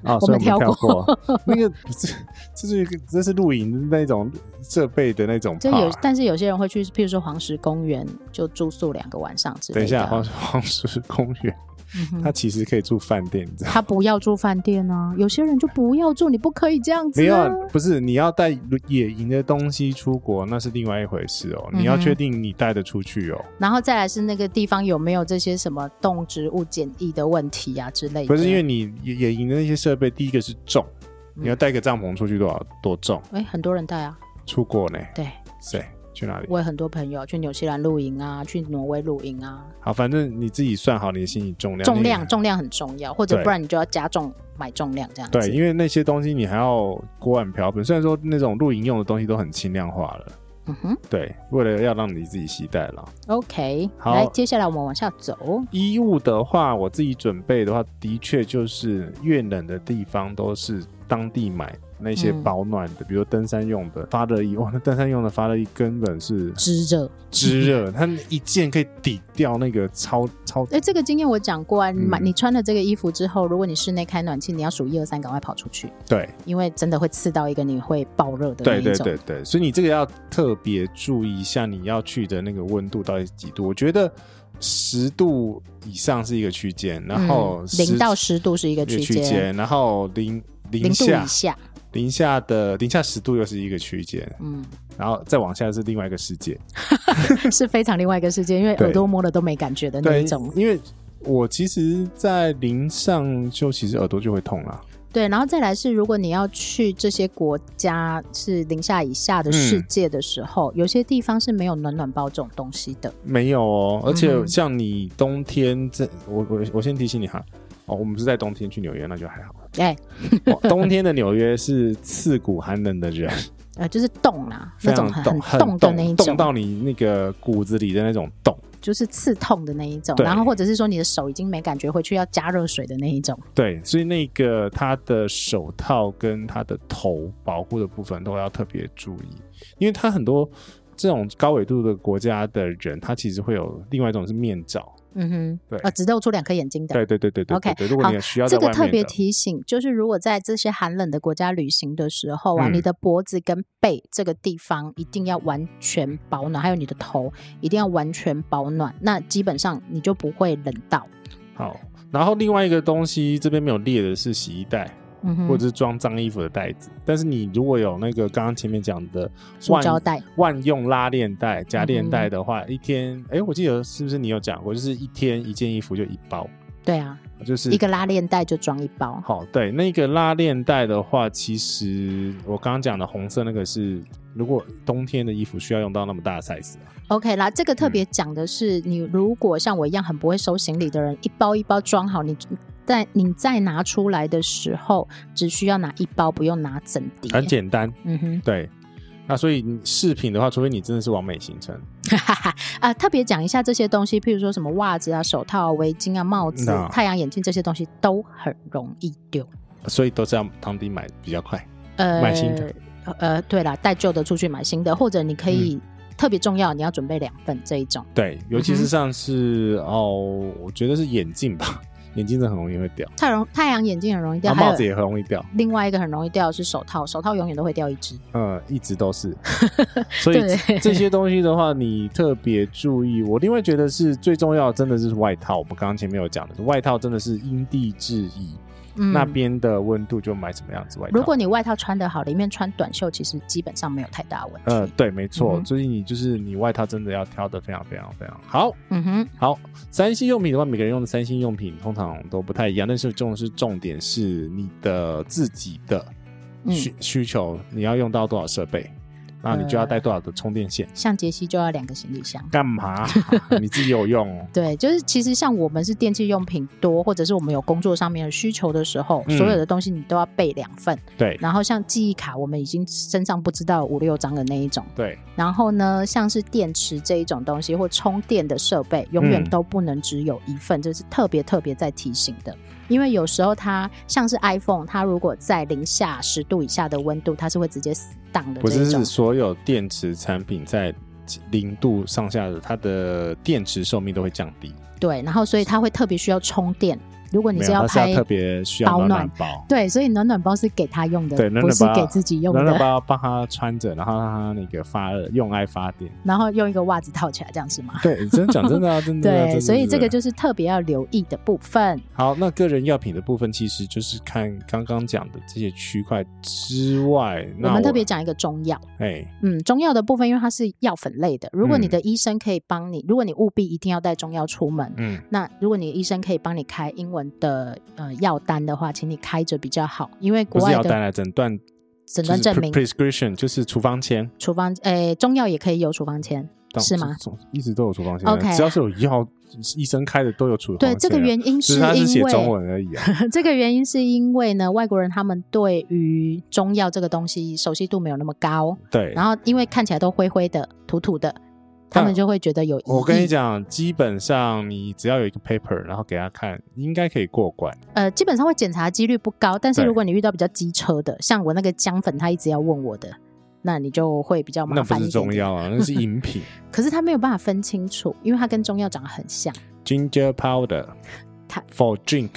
Speaker 4: 哦，
Speaker 5: 我
Speaker 4: 所以我们
Speaker 5: 们跳
Speaker 4: 跳
Speaker 5: 过
Speaker 4: 过
Speaker 5: [laughs]
Speaker 4: 那个，这这是一个这是露营那种设备的那种
Speaker 5: 就
Speaker 4: part
Speaker 5: 有，但是有些人会去，譬如说黄石公园就住宿两个晚上之类
Speaker 4: 等一
Speaker 5: 的。
Speaker 4: 下，黄黄石公园，
Speaker 5: 嗯哼
Speaker 4: 它其实可以住饭店，你知道吗？
Speaker 5: 他不要住饭店啊，有些人就不要住，你不可以这样子、啊。
Speaker 4: 没有啊，不是你要带野营的东西出国，那是另外一回事哦。你要
Speaker 5: 嗯哼
Speaker 4: 确定你带得出去哦。
Speaker 5: 然后再来是那个地方有没有这些什么动植物检疫的问题啊之类的。
Speaker 4: 不是因为你野野营的那些设备，第一个是重，
Speaker 5: 嗯
Speaker 4: 你要带个帐篷出去多少多重？
Speaker 5: 哎，很多人带啊，
Speaker 4: 出国呢？
Speaker 5: 对
Speaker 4: 谁去哪里？
Speaker 5: 我有很多朋友去纽西兰露营啊，去挪威露营啊，
Speaker 4: 好，反正你自己算好你的心理重量。
Speaker 5: 重
Speaker 4: 你
Speaker 5: 量重量很重要，或者
Speaker 4: 对
Speaker 5: 不然你就要加重买重量这样子。
Speaker 4: 对，因为那些东西你还要锅碗瓢盆，虽然说那种露营用的东西都很轻量化了，
Speaker 5: 嗯哼
Speaker 4: 对，为了要让你自己携带了。
Speaker 5: ，OK，
Speaker 4: 好
Speaker 5: 来，接下来我们往下走。
Speaker 4: 衣物的话，我自己准备的话，的确就是越冷的地方都是当地买那些
Speaker 5: 嗯
Speaker 4: 保暖的，比如登山用的发热衣，哇，那 [laughs] 登山用的发热衣根本是
Speaker 5: 知热。
Speaker 4: 炙热，它一件可以抵掉那个超超
Speaker 5: 哎、这个经验我讲过啊，你买
Speaker 4: 嗯
Speaker 5: 你穿了这个衣服之后，如果你室内开暖气，你要数一二三，赶快跑出去，
Speaker 4: 对
Speaker 5: 因为真的会刺到一个你会爆热的
Speaker 4: 对
Speaker 5: 那一种。
Speaker 4: 对对对，所以你这个要特别注意一下你要去的那个温度到底是几度。我觉得十度以上是一个区间，然后
Speaker 5: 嗯零到
Speaker 4: 十
Speaker 5: 十度是一个
Speaker 4: 一个
Speaker 5: 区
Speaker 4: 区
Speaker 5: 间，
Speaker 4: 间，然后零
Speaker 5: 零
Speaker 4: 零
Speaker 5: 度以
Speaker 4: 下
Speaker 5: 下，
Speaker 4: 零下的零下十度又是一个区间，
Speaker 5: 嗯，
Speaker 4: 然后再往下是另外一个世界。
Speaker 5: 是非常另外一个世界，因为
Speaker 4: 对
Speaker 5: 耳朵摸了都没感觉的那
Speaker 4: 对
Speaker 5: 一种，。
Speaker 4: 因为我其实，在零上就其实耳朵就会痛啦。
Speaker 5: 对，然后再来是，如果你要去这些国家是零下以下的世界的时
Speaker 4: 嗯
Speaker 5: 候，有些地方是没有暖暖包这种东西的。
Speaker 4: 没有哦，而
Speaker 5: 嗯
Speaker 4: 且
Speaker 5: 哼
Speaker 4: 像你冬天这，我我我先提醒你哈。哦，我们是在冬天去纽约，那就还好。
Speaker 5: 哎、
Speaker 4: 哇冬天的纽约是刺骨寒冷的
Speaker 5: [laughs]
Speaker 4: 人，
Speaker 5: 呃，就是冻啦，
Speaker 4: 非
Speaker 5: 那种
Speaker 4: 常
Speaker 5: 很
Speaker 4: 冻，
Speaker 5: 很
Speaker 4: 很
Speaker 5: 冻的那一
Speaker 4: 冻，
Speaker 5: 种
Speaker 4: 冻，到你那个骨子里的那种冻。
Speaker 5: 就是刺痛的那一种，
Speaker 4: 对
Speaker 5: 然后或者是说你的手已经没感觉，回去要加热水的那一种。
Speaker 4: 对，所以那个他的手套跟他的头保护的部分都要特别注意，因为他很多这种高纬度的国家的人，他其实会有另外一种是面罩。
Speaker 5: 嗯哼，
Speaker 4: 对
Speaker 5: 呃，只露出两颗眼睛的。
Speaker 4: 对对对对对
Speaker 5: OK，
Speaker 4: 对对，如果
Speaker 5: 好
Speaker 4: 你需要在
Speaker 5: 这个
Speaker 4: 外
Speaker 5: 特
Speaker 4: 面
Speaker 5: 别
Speaker 4: 的，
Speaker 5: 提醒，就是如果在这些寒冷的国家旅行的时候啊，
Speaker 4: 嗯
Speaker 5: 你的脖子跟背这个地方一定要完全保暖，还有你的头一定要完全保暖，那基本上你就不会冷到。
Speaker 4: 好。然后另外一个东西这边没有列的是洗衣袋，
Speaker 5: 嗯哼，
Speaker 4: 或者是装脏衣服的袋子。但是你如果有那个刚刚前面讲的
Speaker 5: 塑
Speaker 4: 万
Speaker 5: 胶袋，嗯
Speaker 4: 万用拉链袋、夹链袋的话，一天，哎，我记得是不是你有讲过，就是一天一件衣服就一包，
Speaker 5: 对啊，
Speaker 4: 就是
Speaker 5: 一个拉链袋就装一包。
Speaker 4: 好，对，那个拉链袋的话，其实我刚刚讲的红色那个是，如果冬天的衣服需要用到那么大的 size 啊
Speaker 5: OK 啦，这个特
Speaker 4: 嗯
Speaker 5: 别讲的是，你如果像我一样很不会收行李的人，一包一包装好，你在你再拿出来的时候，只需要拿一包，不用拿整叠。
Speaker 4: 很简单。
Speaker 5: 嗯哼， [laughs]
Speaker 4: 对，那所以你饰品的话，除非你真的是完美行程，
Speaker 5: 啊，特别讲一下这些东西，譬如说什么袜子啊、手套啊、围巾啊、帽子、
Speaker 4: 那
Speaker 5: 太阳眼镜这些东西都很容易丢。
Speaker 4: 所以都是要当地买比较快。
Speaker 5: 呃，
Speaker 4: 买新的。嗯
Speaker 5: 呃，对啦，带旧的出去买新的，或者你可以、特别重要，你要准备两份这一种。
Speaker 4: 对，尤其
Speaker 5: 嗯
Speaker 4: 是像是、哦，我觉得是眼镜吧， [laughs] 眼镜真的很容易会掉，
Speaker 5: 太容太阳眼镜很容易掉，
Speaker 4: 然后
Speaker 5: 还
Speaker 4: 帽
Speaker 5: 有
Speaker 4: 子也很容易掉，
Speaker 5: 另外一个很容易掉的是手套，手套永远都会掉一只。
Speaker 4: 呃，一直都
Speaker 5: [laughs]
Speaker 4: 是。所以
Speaker 5: 嗯对
Speaker 4: 这这些东西的话，你特别注意。我另外觉得是最重要，真的就是外套。我们刚刚前面有讲的，外套真的是因地制宜，
Speaker 5: 嗯
Speaker 4: 那边的温度就买什么样子外套。
Speaker 5: 如果你外套穿的好，里面穿短袖，其实基本上没有太大问题。
Speaker 4: 呃，对，没错，
Speaker 5: 嗯哼
Speaker 4: 所以你就是你外套真的要挑的非常非常非常好。
Speaker 5: 嗯哼，
Speaker 4: 好，三星用品的话，每个人用的三星用品通常都不太一样，但是重是重点是你的自己的
Speaker 5: 嗯
Speaker 4: 需、需求，你要用到多少设备，那你就要带多少的充电线。
Speaker 5: 像杰西就要两个行李箱。
Speaker 4: 干
Speaker 5: [laughs]
Speaker 4: 嘛？你自己有用哦。
Speaker 5: 对，就是其实像我们是电器用品多，或者是我们有工作上面的需求的时候，
Speaker 4: 嗯
Speaker 5: 所有的东西你都要备两份。
Speaker 4: 对
Speaker 5: 然后像记忆卡，我们已经身上不知道五六张的那一种。
Speaker 4: 对，
Speaker 5: 然后呢，像是电池这一种东西或充电的设备，永远
Speaker 4: 嗯
Speaker 5: 都不能只有一份，这是特别特别在提醒的。因为有时候它像是 iPhone，它如果在零下十度以下的温度，它是会直接死档的
Speaker 4: 不
Speaker 5: 这
Speaker 4: 是
Speaker 5: 一种
Speaker 4: 是。所有电池产品在零度上下的，它的电池寿命都会降低。
Speaker 5: 对，然后所以它会特别需要充电。如果你
Speaker 4: 没
Speaker 5: 是
Speaker 4: 有，它是
Speaker 5: 拍
Speaker 4: 要特别需要
Speaker 5: 保
Speaker 4: 暖
Speaker 5: 暖
Speaker 4: 暖包。
Speaker 5: 对，所以暖暖包是给他用的，
Speaker 4: 对，暖
Speaker 5: 不
Speaker 4: 暖
Speaker 5: 是
Speaker 4: 包啊
Speaker 5: 给自己用
Speaker 4: 暖暖包
Speaker 5: 的。
Speaker 4: 要帮他穿着，然后让他那个发热，用爱发电。
Speaker 5: 然后用一个袜子套起来，这样是吗？
Speaker 4: 对，真的讲真的啊，真的啊。真
Speaker 5: [laughs] 对，
Speaker 4: 的
Speaker 5: 所以
Speaker 4: 真的
Speaker 5: 这个就是特别要留意的部分。
Speaker 4: 好。那个人药品的部分，其实就是看刚刚讲的这些区块之外，
Speaker 5: 我
Speaker 4: 那
Speaker 5: 们特别讲一个中药，
Speaker 4: 哎，
Speaker 5: 嗯，中药的部分，因为它是药粉类的，如果你
Speaker 4: 嗯
Speaker 5: 的医生可以帮你，如果你务必一定要带中药出门，
Speaker 4: 嗯，
Speaker 5: 那如果你的医生可以帮你开英文的呃药单的话，请你开着比较好，因为
Speaker 4: 不
Speaker 5: 国
Speaker 4: 是
Speaker 5: 外
Speaker 4: 药单
Speaker 5: 的
Speaker 4: 来诊断，
Speaker 5: 诊断证明、
Speaker 4: 就是 pre- prescription，就是处方签。
Speaker 5: 处方，诶，中药也可以有处方签。
Speaker 4: 但
Speaker 5: 是吗？
Speaker 4: 总一直都有处方签啊
Speaker 5: OK
Speaker 4: 只要是有药，医生开的都有处方
Speaker 5: 对，
Speaker 4: 签。啊
Speaker 5: 这个原因
Speaker 4: 只
Speaker 5: 是
Speaker 4: 哦是
Speaker 5: 因
Speaker 4: 他
Speaker 5: 为
Speaker 4: 是写中文而已
Speaker 5: [laughs]
Speaker 4: 啊。
Speaker 5: 这个原因是因为呢，外国人他们对于中药这个东西熟悉度没有那么高，
Speaker 4: 对，
Speaker 5: 然后因为看起来都灰灰的、土土的，他们就会觉得有疑
Speaker 4: 我跟你
Speaker 5: 义
Speaker 4: 讲，基本上你只要有一个 paper，然后给他看，应该可以过关。
Speaker 5: 呃，基本上会检查几率不高，但是
Speaker 4: 对
Speaker 5: 如果你遇到比较机车的，像我那个姜粉，他一直要问我的，那你就会比较麻
Speaker 4: 那不
Speaker 5: 烦一
Speaker 4: 是
Speaker 5: 点
Speaker 4: 中
Speaker 5: 点。
Speaker 4: 药啊，那是饮品
Speaker 5: 可是他没有办法分清楚，因为它跟中药长得很像。
Speaker 4: ，ginger
Speaker 5: [laughs]
Speaker 4: powder
Speaker 5: 它
Speaker 4: for drink，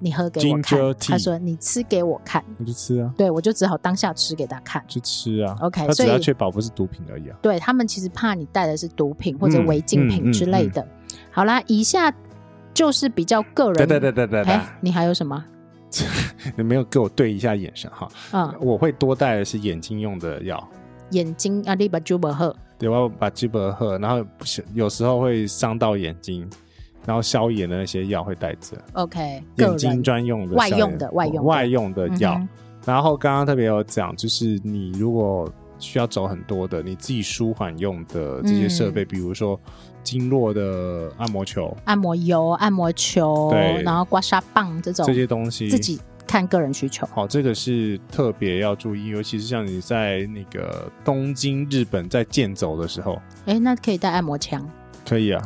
Speaker 5: 你喝给我
Speaker 4: Ginger
Speaker 5: 看，
Speaker 4: tea
Speaker 5: 他说你吃给我看，
Speaker 4: 你就吃啊，
Speaker 5: 对我就只好当下吃给他看。
Speaker 4: 就吃啊。
Speaker 5: OK，
Speaker 4: 他只
Speaker 5: 所
Speaker 4: 要
Speaker 5: 以
Speaker 4: 确保不是毒品而已啊。
Speaker 5: 对他们其实怕你带的是毒品或者
Speaker 4: 嗯
Speaker 5: 违禁
Speaker 4: 嗯
Speaker 5: 品
Speaker 4: 嗯
Speaker 5: 之类
Speaker 4: 嗯
Speaker 5: 的。好啦，以下就是比较个人。
Speaker 4: 对对对对对对
Speaker 5: 哎，，你还有什么？
Speaker 4: 你没有给我对一下眼神哈。
Speaker 5: 嗯，
Speaker 4: 我会多带的是眼睛用的药，
Speaker 5: 眼睛啊，你把 j u b 喝，
Speaker 4: 对，我要把基本喝，然后不是有时候会伤到眼睛，然后消炎的那些药会带着。
Speaker 5: OK，个
Speaker 4: 眼睛
Speaker 5: 人
Speaker 4: 专用的、
Speaker 5: 外用的
Speaker 4: 消炎
Speaker 5: 外用的
Speaker 4: 外用的药。
Speaker 5: 嗯哼
Speaker 4: 然后刚刚特别有讲，就是你如果需要走很多的，你自己舒缓用的这些设备，
Speaker 5: 嗯
Speaker 4: 比如说经络的按摩球
Speaker 5: 按摩油、按摩球
Speaker 4: 对，
Speaker 5: 然后刮痧棒这种，
Speaker 4: 这些东西，
Speaker 5: 自己看个人需求。
Speaker 4: 好，这个是特别要注意，尤其是像你在那个东京、日本在健走的时候，
Speaker 5: 哎，那可以带按摩枪，
Speaker 4: 可
Speaker 5: [laughs]
Speaker 4: 以啊。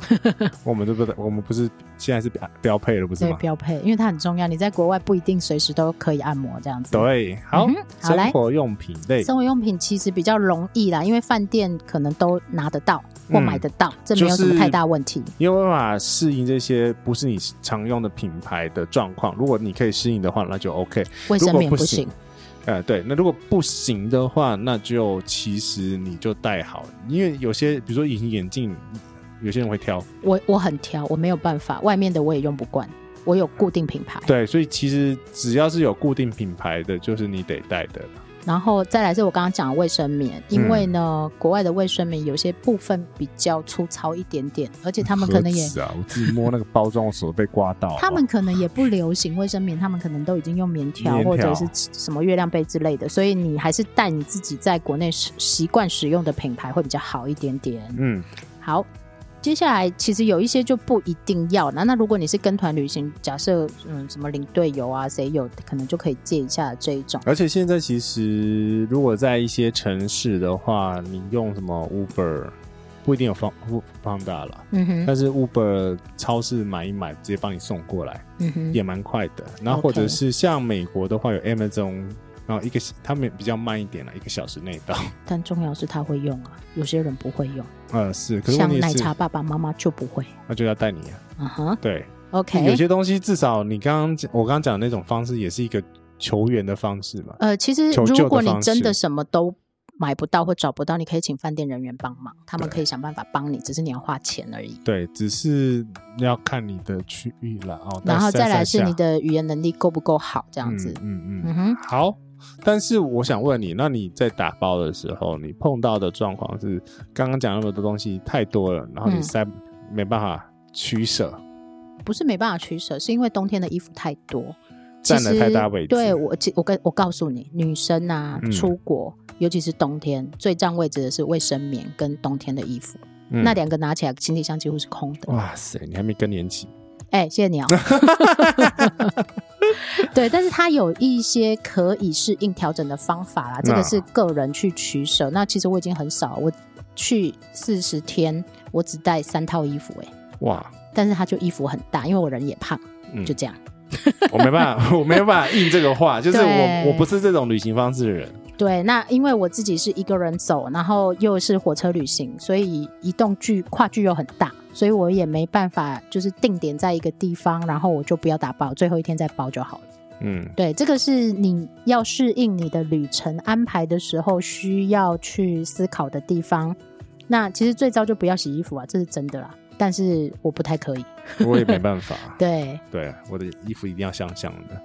Speaker 4: 我们这不，我们不是现在是标标配了，不是
Speaker 5: 对，
Speaker 4: 吗？
Speaker 5: 标配，因为它很重要。你在国外不一定随时都可以按摩这样子。
Speaker 4: 对，好，
Speaker 5: 嗯哼好来
Speaker 4: 生活用品类
Speaker 5: 生活用品其实比较容易啦，因为饭店可能都拿得到或
Speaker 4: 嗯
Speaker 5: 买得到，这没有什么太大问题。
Speaker 4: 你有没有办法适应这些不是你常用的品牌的状况？如果你可以适应的话，那就 OK。
Speaker 5: 卫生
Speaker 4: 如
Speaker 5: 棉
Speaker 4: 果不
Speaker 5: 行
Speaker 4: 行，呃，对，那如果不行的话，那就其实你就戴好，因为有些比如说隐形眼镜，有些人会挑，
Speaker 5: 我我很挑，我没有办法，外面的我也用不惯，我有固定品牌。
Speaker 4: 对，所以其实只要是有固定品牌的，就是你得戴的。
Speaker 5: 然后再来是我刚刚讲的卫生棉，因为
Speaker 4: 嗯
Speaker 5: 呢，国外的卫生棉有些部分比较粗糙一点点，而且他们可能也
Speaker 4: 何止啊，我自己摸那个包装的时候被刮到啊
Speaker 5: 他们可能也不流行卫生棉，他们可能都已经用棉条
Speaker 4: 棉条
Speaker 5: 或者是什么月亮杯之类的，所以你还是带你自己在国内使习惯使用的品牌会比较好一点点。
Speaker 4: 嗯，
Speaker 5: 好，接下来其实有一些就不一定要那那如果你是跟团旅行，假设嗯什么领队有啊，谁有，可能就可以借一下这一种。
Speaker 4: 而且现在其实如果在一些城市的话，你用什么 Uber 不一定有放不放大了。
Speaker 5: 嗯哼，
Speaker 4: 但是 Uber 超市买一买，直接帮你送过来，
Speaker 5: 嗯哼，
Speaker 4: 也蛮快的。然后或者是像美国的话，有 Amazon，然后一个他们比较慢一点了，一个小时内到。 [laughs]
Speaker 5: 但重要是他会用啊，有些人不会用，
Speaker 4: 呃，是，可是问
Speaker 5: 像
Speaker 4: 题
Speaker 5: 奶
Speaker 4: 是
Speaker 5: 茶，爸爸妈妈就不会。
Speaker 4: 那就要带你啊。
Speaker 5: 嗯哼
Speaker 4: 对，有
Speaker 5: ，OK。
Speaker 4: 些东西至少你刚刚讲我刚刚讲的那种方式，也是一个求援的方式嘛。
Speaker 5: 呃，其实
Speaker 4: 求救
Speaker 5: 如
Speaker 4: 的
Speaker 5: 果你
Speaker 4: 方
Speaker 5: 真的
Speaker 4: 式
Speaker 5: 什么都买不到或找不到，你可以请饭店人员帮忙，他们
Speaker 4: 对
Speaker 5: 可以想办法帮你，只是你要花钱而已。
Speaker 4: 对，只是要看你的区域了哦。
Speaker 5: 然后再来是你
Speaker 4: 这
Speaker 5: 的语言能力够不够好，这样子。
Speaker 4: 嗯嗯
Speaker 5: 嗯
Speaker 4: 嗯，
Speaker 5: 哼，
Speaker 4: 好。但是我想问你，那你在打包的时候，你碰到的状况是刚刚讲那么多东西太多了，然后你
Speaker 5: 嗯
Speaker 4: 塞、没办法取舍，
Speaker 5: 不是没办法取舍，是因为冬天的衣服太多，其
Speaker 4: 占了太大
Speaker 5: 实
Speaker 4: 位置。
Speaker 5: 对我，其我跟我告诉你，女生啊，
Speaker 4: 嗯
Speaker 5: 出国。尤其是冬天，最占位置的是卫生棉跟冬天的衣服，
Speaker 4: 嗯
Speaker 5: 那两个拿起来行李箱几乎是空的。
Speaker 4: 哇塞，你还没更年期，
Speaker 5: 哎、谢
Speaker 4: [laughs]
Speaker 5: 谢你哦。对，但是它有一些可以适应调整的方法啦，这个
Speaker 4: 那
Speaker 5: 是个人去取舍。那其实我已经很少，我去四十天，我只带三套衣服、欸，
Speaker 4: 哇，
Speaker 5: 但是它就衣服很大，因为我人也胖，
Speaker 4: 嗯
Speaker 5: 就这样。
Speaker 4: 我没办
Speaker 5: [laughs]
Speaker 4: 法，我没有办法应这个话，就是我
Speaker 5: 对
Speaker 4: 我不是这种旅行方式的人，
Speaker 5: 对，那因为我自己是一个人走，然后又是火车旅行，所以移动距跨距又很大，所以我也没办法就是定点在一个地方，然后我就不要打包，最后一天再包就好了。
Speaker 4: 嗯，
Speaker 5: 对，这个是你要适应你的旅程安排的时候需要去思考的地方。那其实最糟就不要洗衣服啊，这是真的啦。但是我不太可以，
Speaker 4: 我也没办法，
Speaker 5: 对，
Speaker 4: 对，我的衣服一定要香香的。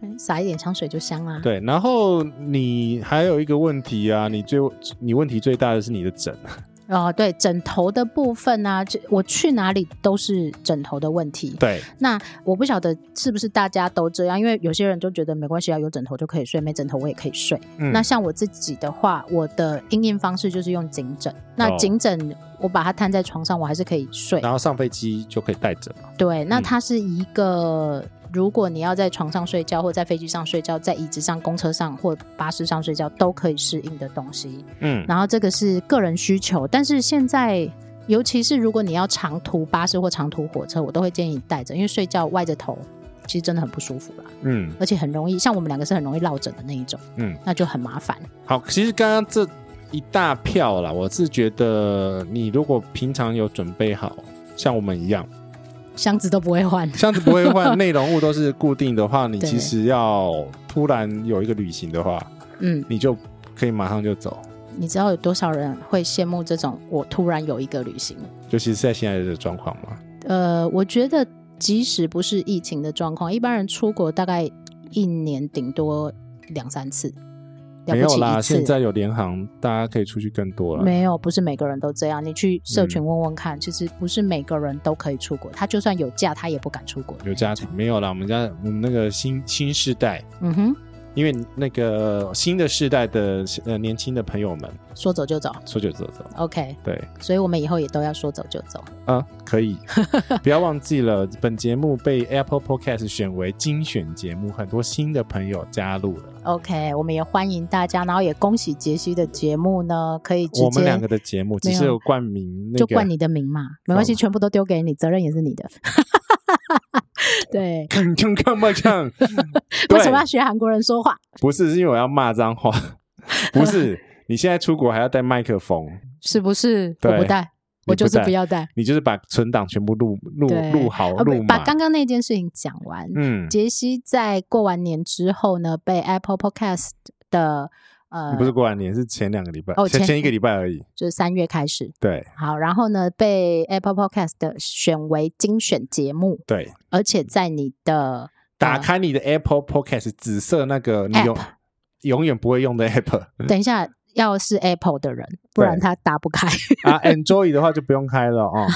Speaker 5: 嗯撒一点香水就香啦。
Speaker 4: 对，然后你还有一个问题啊，你最你问题最大的是你的枕， [laughs]
Speaker 5: 哦，对，枕头的部分啊，这我去哪里都是枕头的问题。
Speaker 4: 对，
Speaker 5: 那我不晓得是不是大家都这样，因为有些人就觉得没关系啊，有枕头就可以睡，没枕头我也可以睡。
Speaker 4: 嗯
Speaker 5: 那像我自己的话，我的应应方式就是用颈枕。那
Speaker 4: 哦
Speaker 5: 颈枕我把它摊在床上，我还是可以睡。
Speaker 4: 然后上飞机就可以带着嘛，
Speaker 5: 对，那
Speaker 4: 嗯
Speaker 5: 它是一个，如果你要在床上睡觉，或在飞机上睡觉，在椅子上、公车上或巴士上睡觉，都可以适应的东西。
Speaker 4: 嗯，
Speaker 5: 然后这个是个人需求，但是现在。尤其是如果你要长途巴士或长途火车，我都会建议你带着，因为睡觉歪着头其实真的很不舒服啦，
Speaker 4: 嗯
Speaker 5: 而且很容易，像我们两个是很容易落枕的那一种，
Speaker 4: 嗯，
Speaker 5: 那就很麻烦。
Speaker 4: 好，其实刚刚这一大票啦，我是觉得你如果平常有准备好，像我们一样，
Speaker 5: 箱子都不会换，
Speaker 4: 箱子不会换，内容物都是固定的话，你
Speaker 5: [laughs] 对
Speaker 4: 其实要突然有一个旅行的话，
Speaker 5: 嗯，
Speaker 4: 你就可以马上就走，
Speaker 5: 你知道有多少人会羡慕这种我突然有一个旅行？
Speaker 4: 尤其是在现在的状况嘛。
Speaker 5: 呃，我觉得即使不是疫情的状况，一般人出国大概一年顶多两三次，了
Speaker 4: 没
Speaker 5: 不
Speaker 4: 有
Speaker 5: 起
Speaker 4: 啦，
Speaker 5: 一
Speaker 4: 现
Speaker 5: 次。
Speaker 4: 在有联航，大家可以出去更多了。
Speaker 5: 没有，不是每个人都这样。你去社群问问看，其实不是每个人都可以出国。他就算有假，他也不敢出国。
Speaker 4: 有家庭没有啦，我们家我们那个新新世代，
Speaker 5: 嗯哼，
Speaker 4: 因为那个新的世代的呃年轻的朋友们，
Speaker 5: 说走就走。
Speaker 4: 说走就走，
Speaker 5: OK，
Speaker 4: 对，
Speaker 5: 所以我们以后也都要说走就走。
Speaker 4: 啊，可
Speaker 5: [laughs]
Speaker 4: 以，不要忘记了，本节目被 Apple Podcast 选为精选节目，很多新的朋友加入了。
Speaker 5: OK，我们也欢迎大家，然后也恭喜杰西的节目呢，可以直
Speaker 4: 我们
Speaker 5: 接
Speaker 4: 两个的节目
Speaker 5: 没
Speaker 4: 只
Speaker 5: 有
Speaker 4: 是有冠名那
Speaker 5: 就
Speaker 4: 个， [laughs]
Speaker 5: 冠你 [laughs] 的名嘛，没关系，
Speaker 4: 哦
Speaker 5: 全部都丢给你，责任也是你的。 [laughs] 对，
Speaker 4: 看看看嘛看，对
Speaker 5: 为什么要学韩国人说话？
Speaker 4: 不是，是因为我要骂脏话，不是。你现在出国还要带麦克风，
Speaker 5: 是不是？
Speaker 4: 对
Speaker 5: 我不带，我就是
Speaker 4: 带
Speaker 5: 不要带。
Speaker 4: 你就是把存档全部录录
Speaker 5: 对
Speaker 4: 录好
Speaker 5: 啊不
Speaker 4: 录
Speaker 5: 把
Speaker 4: 满。
Speaker 5: 刚刚那件事情讲完。
Speaker 4: 嗯，
Speaker 5: 杰西在过完年之后呢，被 Apple Podcast 的呃，
Speaker 4: 不是过完年，是前两个礼拜，
Speaker 5: 哦
Speaker 4: 前
Speaker 5: 前
Speaker 4: 前一个礼拜而已。
Speaker 5: 就是三月开始，
Speaker 4: 对
Speaker 5: 好，然后呢，被 Apple Podcast 的选为精选节目，
Speaker 4: 对，
Speaker 5: 而且在你的
Speaker 4: 打
Speaker 5: 呃
Speaker 4: 开你的 Apple Podcast 紫色那个你永
Speaker 5: App
Speaker 4: 永远不会用的 App [laughs]
Speaker 5: 等一下，要是 Apple 的人，不然
Speaker 4: 嗯对
Speaker 5: 他打不开。 [laughs]
Speaker 4: 啊，Enjoy 的话就不用开了哦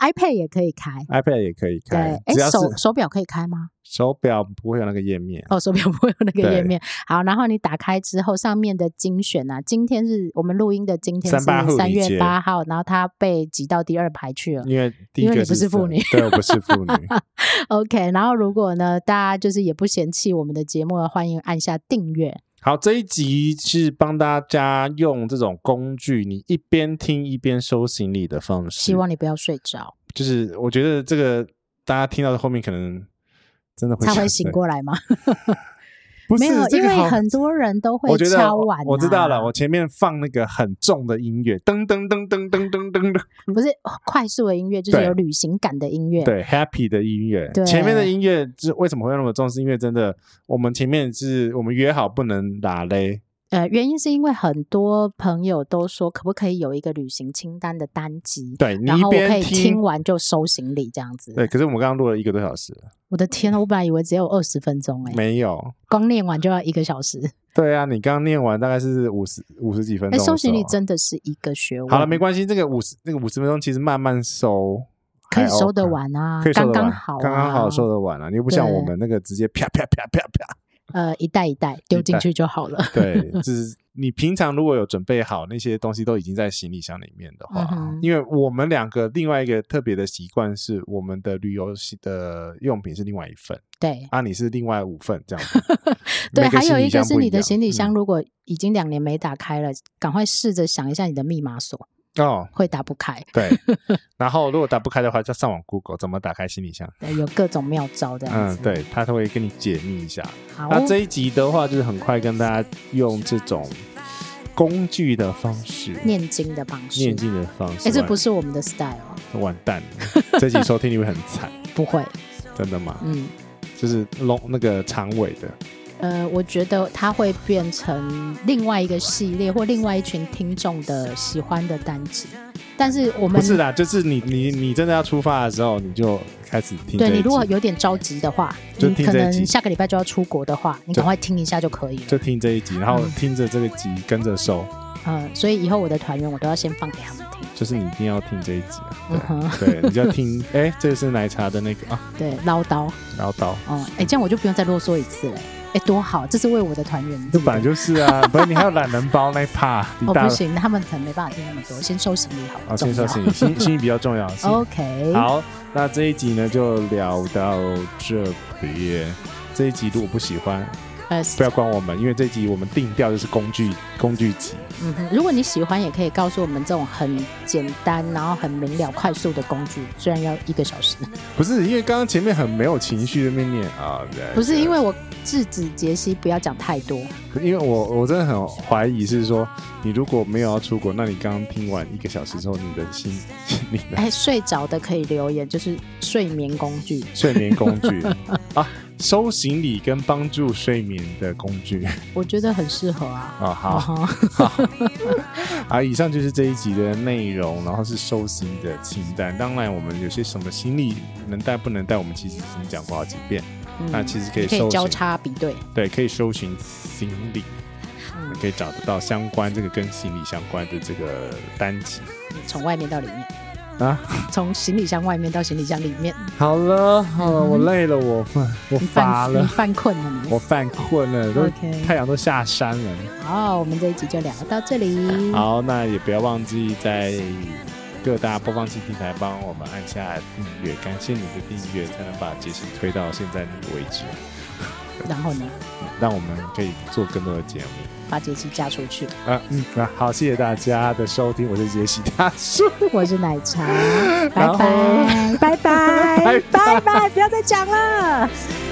Speaker 5: iPad 也可以开，
Speaker 4: ，iPad 也可以开
Speaker 5: 对，，哎
Speaker 4: 只要，是
Speaker 5: 手手表可以开吗？
Speaker 4: 手表不会有那个页面。
Speaker 5: 哦，手表 [laughs] 不会有那个页
Speaker 4: 对
Speaker 5: 面。好，然后你打开之后，上面的精选啊，今天是我们录音的今天是
Speaker 4: 38妇
Speaker 5: 三
Speaker 4: 女节
Speaker 5: 月八号，然后它被挤到第二排去了。
Speaker 4: 因为第一
Speaker 5: 因为
Speaker 4: 个
Speaker 5: 你不是妇女
Speaker 4: 对，我不是妇
Speaker 5: [laughs]
Speaker 4: 女。
Speaker 5: OK，然后如果呢，大家就是也不嫌弃我们的节目了，欢迎按下订阅。
Speaker 4: 好，这一集是帮大家用这种工具，你一边听一边收行李的方式。
Speaker 5: 希望你不要睡着，
Speaker 4: 就是我觉得这个大家听到的后面可能真的会
Speaker 5: 他
Speaker 4: 想
Speaker 5: 会醒
Speaker 4: 睡
Speaker 5: 过来吗？
Speaker 4: [laughs] 不
Speaker 5: 没
Speaker 4: 是
Speaker 5: 有，
Speaker 4: 这
Speaker 5: 因
Speaker 4: 个
Speaker 5: 为
Speaker 4: 好
Speaker 5: 很多人都会
Speaker 4: 我觉得
Speaker 5: 敲
Speaker 4: 我
Speaker 5: 碗、啊
Speaker 4: 我知道了，我前面放那个很重的音乐，噔噔噔噔噔噔噔噔，
Speaker 5: 不是哦快速的音乐，就是
Speaker 4: 对
Speaker 5: 有旅行感的音乐。
Speaker 4: 对，happy 的音乐。
Speaker 5: 对
Speaker 4: 前面的音乐就是为什么会那么重？是因为真的，我们前面是我们约好不能打嘞，
Speaker 5: 呃，原因是因为很多朋友都说，可不可以有一个旅行清单的单集，
Speaker 4: 对你
Speaker 5: 然
Speaker 4: 一
Speaker 5: 后我可
Speaker 4: 边
Speaker 5: 以听完就收行李这样子。
Speaker 4: 对，可是我们刚刚录了一个多小时，
Speaker 5: 我的天啊，我本来以为只有二十分钟哎、
Speaker 4: 没有。
Speaker 5: 光念完就要一个小时。
Speaker 4: 对啊，你刚刚念完大概是五十五十几分
Speaker 5: 哎、
Speaker 4: 钟的时候。啊
Speaker 5: 收行李真的是一个学问。
Speaker 4: 好了，没关系，这个五十那个五十分钟其实慢慢收，
Speaker 5: 可以
Speaker 4: 还
Speaker 5: 收得
Speaker 4: 哎哦 OK
Speaker 5: 完啊，
Speaker 4: 可以收得
Speaker 5: 刚刚
Speaker 4: 完，
Speaker 5: 好、啊，
Speaker 4: 刚刚好收。得完啊了、你又不像
Speaker 5: 对
Speaker 4: 我们那个直接啪啪啪啪
Speaker 5: [laughs]
Speaker 4: 啪。
Speaker 5: 呃，一袋一袋丢进去就好了。
Speaker 4: 对，就是你平常如果有准备好那些东西都已经在行李箱里面的话
Speaker 5: 嗯，哼
Speaker 4: 因为我们两个另外一个特别的习惯是，我们的旅游系的用品是另外一份， [laughs]
Speaker 5: 对。
Speaker 4: 啊，你是另外五份这样子
Speaker 5: [laughs] 对，
Speaker 4: 每
Speaker 5: 还有
Speaker 4: 行
Speaker 5: 一
Speaker 4: 李箱
Speaker 5: 个
Speaker 4: 不
Speaker 5: 是你的
Speaker 4: 样
Speaker 5: 行李箱，
Speaker 4: 嗯
Speaker 5: 如果已经两年没打开了，赶快试着想一下你的密码锁，
Speaker 4: 哦。
Speaker 5: 会打不开。 [laughs]
Speaker 4: 对，然后如果打不开的话，就上网 Google 怎么打开行李箱。
Speaker 5: 对有各种妙招这样
Speaker 4: 嗯
Speaker 5: 子。，
Speaker 4: 对，他都会跟你解密一下。
Speaker 5: 好，
Speaker 4: 那这一集的话，就是很快跟大家用这种工具的方式，
Speaker 5: 念经的方式，
Speaker 4: 念经的方式。
Speaker 5: 哎，这不是我们的 style，哦
Speaker 4: 完蛋
Speaker 5: [laughs]
Speaker 4: 了，这集收听率会很惨，
Speaker 5: 不会，
Speaker 4: 真的吗？
Speaker 5: 嗯，
Speaker 4: 就是龙那个长尾的，
Speaker 5: 呃，我觉得它会变成另外一个系列或另外一群听众的喜欢的单集，但是我
Speaker 4: 不
Speaker 5: 们
Speaker 4: 是啦，就是你你你真的要出发的时候，你就开始听这一
Speaker 5: 对
Speaker 4: 集。
Speaker 5: 你如果有点着急的话，
Speaker 4: 就
Speaker 5: 你
Speaker 4: 听
Speaker 5: 可
Speaker 4: 这一
Speaker 5: 能
Speaker 4: 集
Speaker 5: 下个礼拜就要出国的话，你
Speaker 4: 就
Speaker 5: 赶快听一下就可以了。
Speaker 4: 就听这一集，然后听着这个集跟着收，
Speaker 5: 嗯，所以以后我的团员我都要先放给他们听。
Speaker 4: 就是你一定要听这一集啊。
Speaker 5: 嗯哼， [laughs]
Speaker 4: 对，你就要听，哎，这个是奶茶的那个啊，
Speaker 5: 对，唠叨，
Speaker 4: 然后到。
Speaker 5: 嗯，哎，这样我就不用再啰嗦一次了，哎，多好，这是为我的团员
Speaker 4: 这
Speaker 5: 做
Speaker 4: 本来。
Speaker 5: 的
Speaker 4: 就是啊，
Speaker 5: [laughs]
Speaker 4: 不是你还有懒人包那一 part，你
Speaker 5: 哦，
Speaker 4: 大
Speaker 5: 不行，他们可能没办法听那么多，先收行李好
Speaker 4: 啊，
Speaker 5: 了，
Speaker 4: 先
Speaker 5: 重
Speaker 4: 说
Speaker 5: 要。
Speaker 4: 心理，
Speaker 5: [laughs]
Speaker 4: 心心理比较重要。心
Speaker 5: OK，
Speaker 4: 好，那这一集呢就聊到这边。这一集如果不喜欢，
Speaker 5: 呃，
Speaker 4: 不要管我们，因为这集我们定调就是工具工具集。
Speaker 5: 嗯哼，如果你喜欢，也可以告诉我们这种很简单，然后很明了、快速的工具，虽然要一个小时。
Speaker 4: 不是因为刚刚前面很没有情绪的面念啊，
Speaker 5: 不是因为我制止杰西不要讲太多，
Speaker 4: 因为我我真的很怀疑是说，你如果没有要出国，那你刚刚听完一个小时之后，你的心 [laughs] 你的
Speaker 5: 哎，睡着的可以留言，就是睡眠工具。
Speaker 4: 睡眠工
Speaker 5: [laughs]
Speaker 4: 具啊，收行李跟帮助睡眠的工
Speaker 5: [laughs]
Speaker 4: 具
Speaker 5: 我觉得很适合啊。
Speaker 4: 啊，好。
Speaker 5: 啊哈
Speaker 4: 啊，以上就是这一集的内容，然后是收心的清单。当然，我们有些什么行李能带不能带，我们其实已经讲过好几遍。
Speaker 5: 嗯
Speaker 4: 那其实可以
Speaker 5: 可以
Speaker 4: 搜
Speaker 5: 交
Speaker 4: 寻，
Speaker 5: 叉比对，
Speaker 4: 对，可以搜寻行李，
Speaker 5: 嗯
Speaker 4: 你可以找得到相关这个跟行李相关的这个单集
Speaker 5: 从外面到里面，
Speaker 4: 啊。
Speaker 5: 从行李箱外面到行李箱里面。
Speaker 4: 好了，好了，我累了，我我
Speaker 5: 嗯你
Speaker 4: 乏
Speaker 5: 犯你
Speaker 4: 了，
Speaker 5: 犯困了你
Speaker 4: 我。犯困了，都
Speaker 5: OK
Speaker 4: 太阳都下山了。
Speaker 5: 好，我们这一集就聊到这里。
Speaker 4: 好，那也不要忘记在各大播放器平台帮我们按下订阅，感谢你的订阅，才能把杰西推到现在那个位置，
Speaker 5: 然后呢，
Speaker 4: 让我们可以做更多的节目。
Speaker 5: 把杰西嫁出去。
Speaker 4: 啊，嗯，啊，好，谢谢大家的收听，我是杰西大叔，
Speaker 5: 我是奶茶，拜
Speaker 4: 然后
Speaker 5: 拜，拜拜，
Speaker 4: [laughs] 拜
Speaker 5: 拜拜，不要再讲了。
Speaker 6: Thank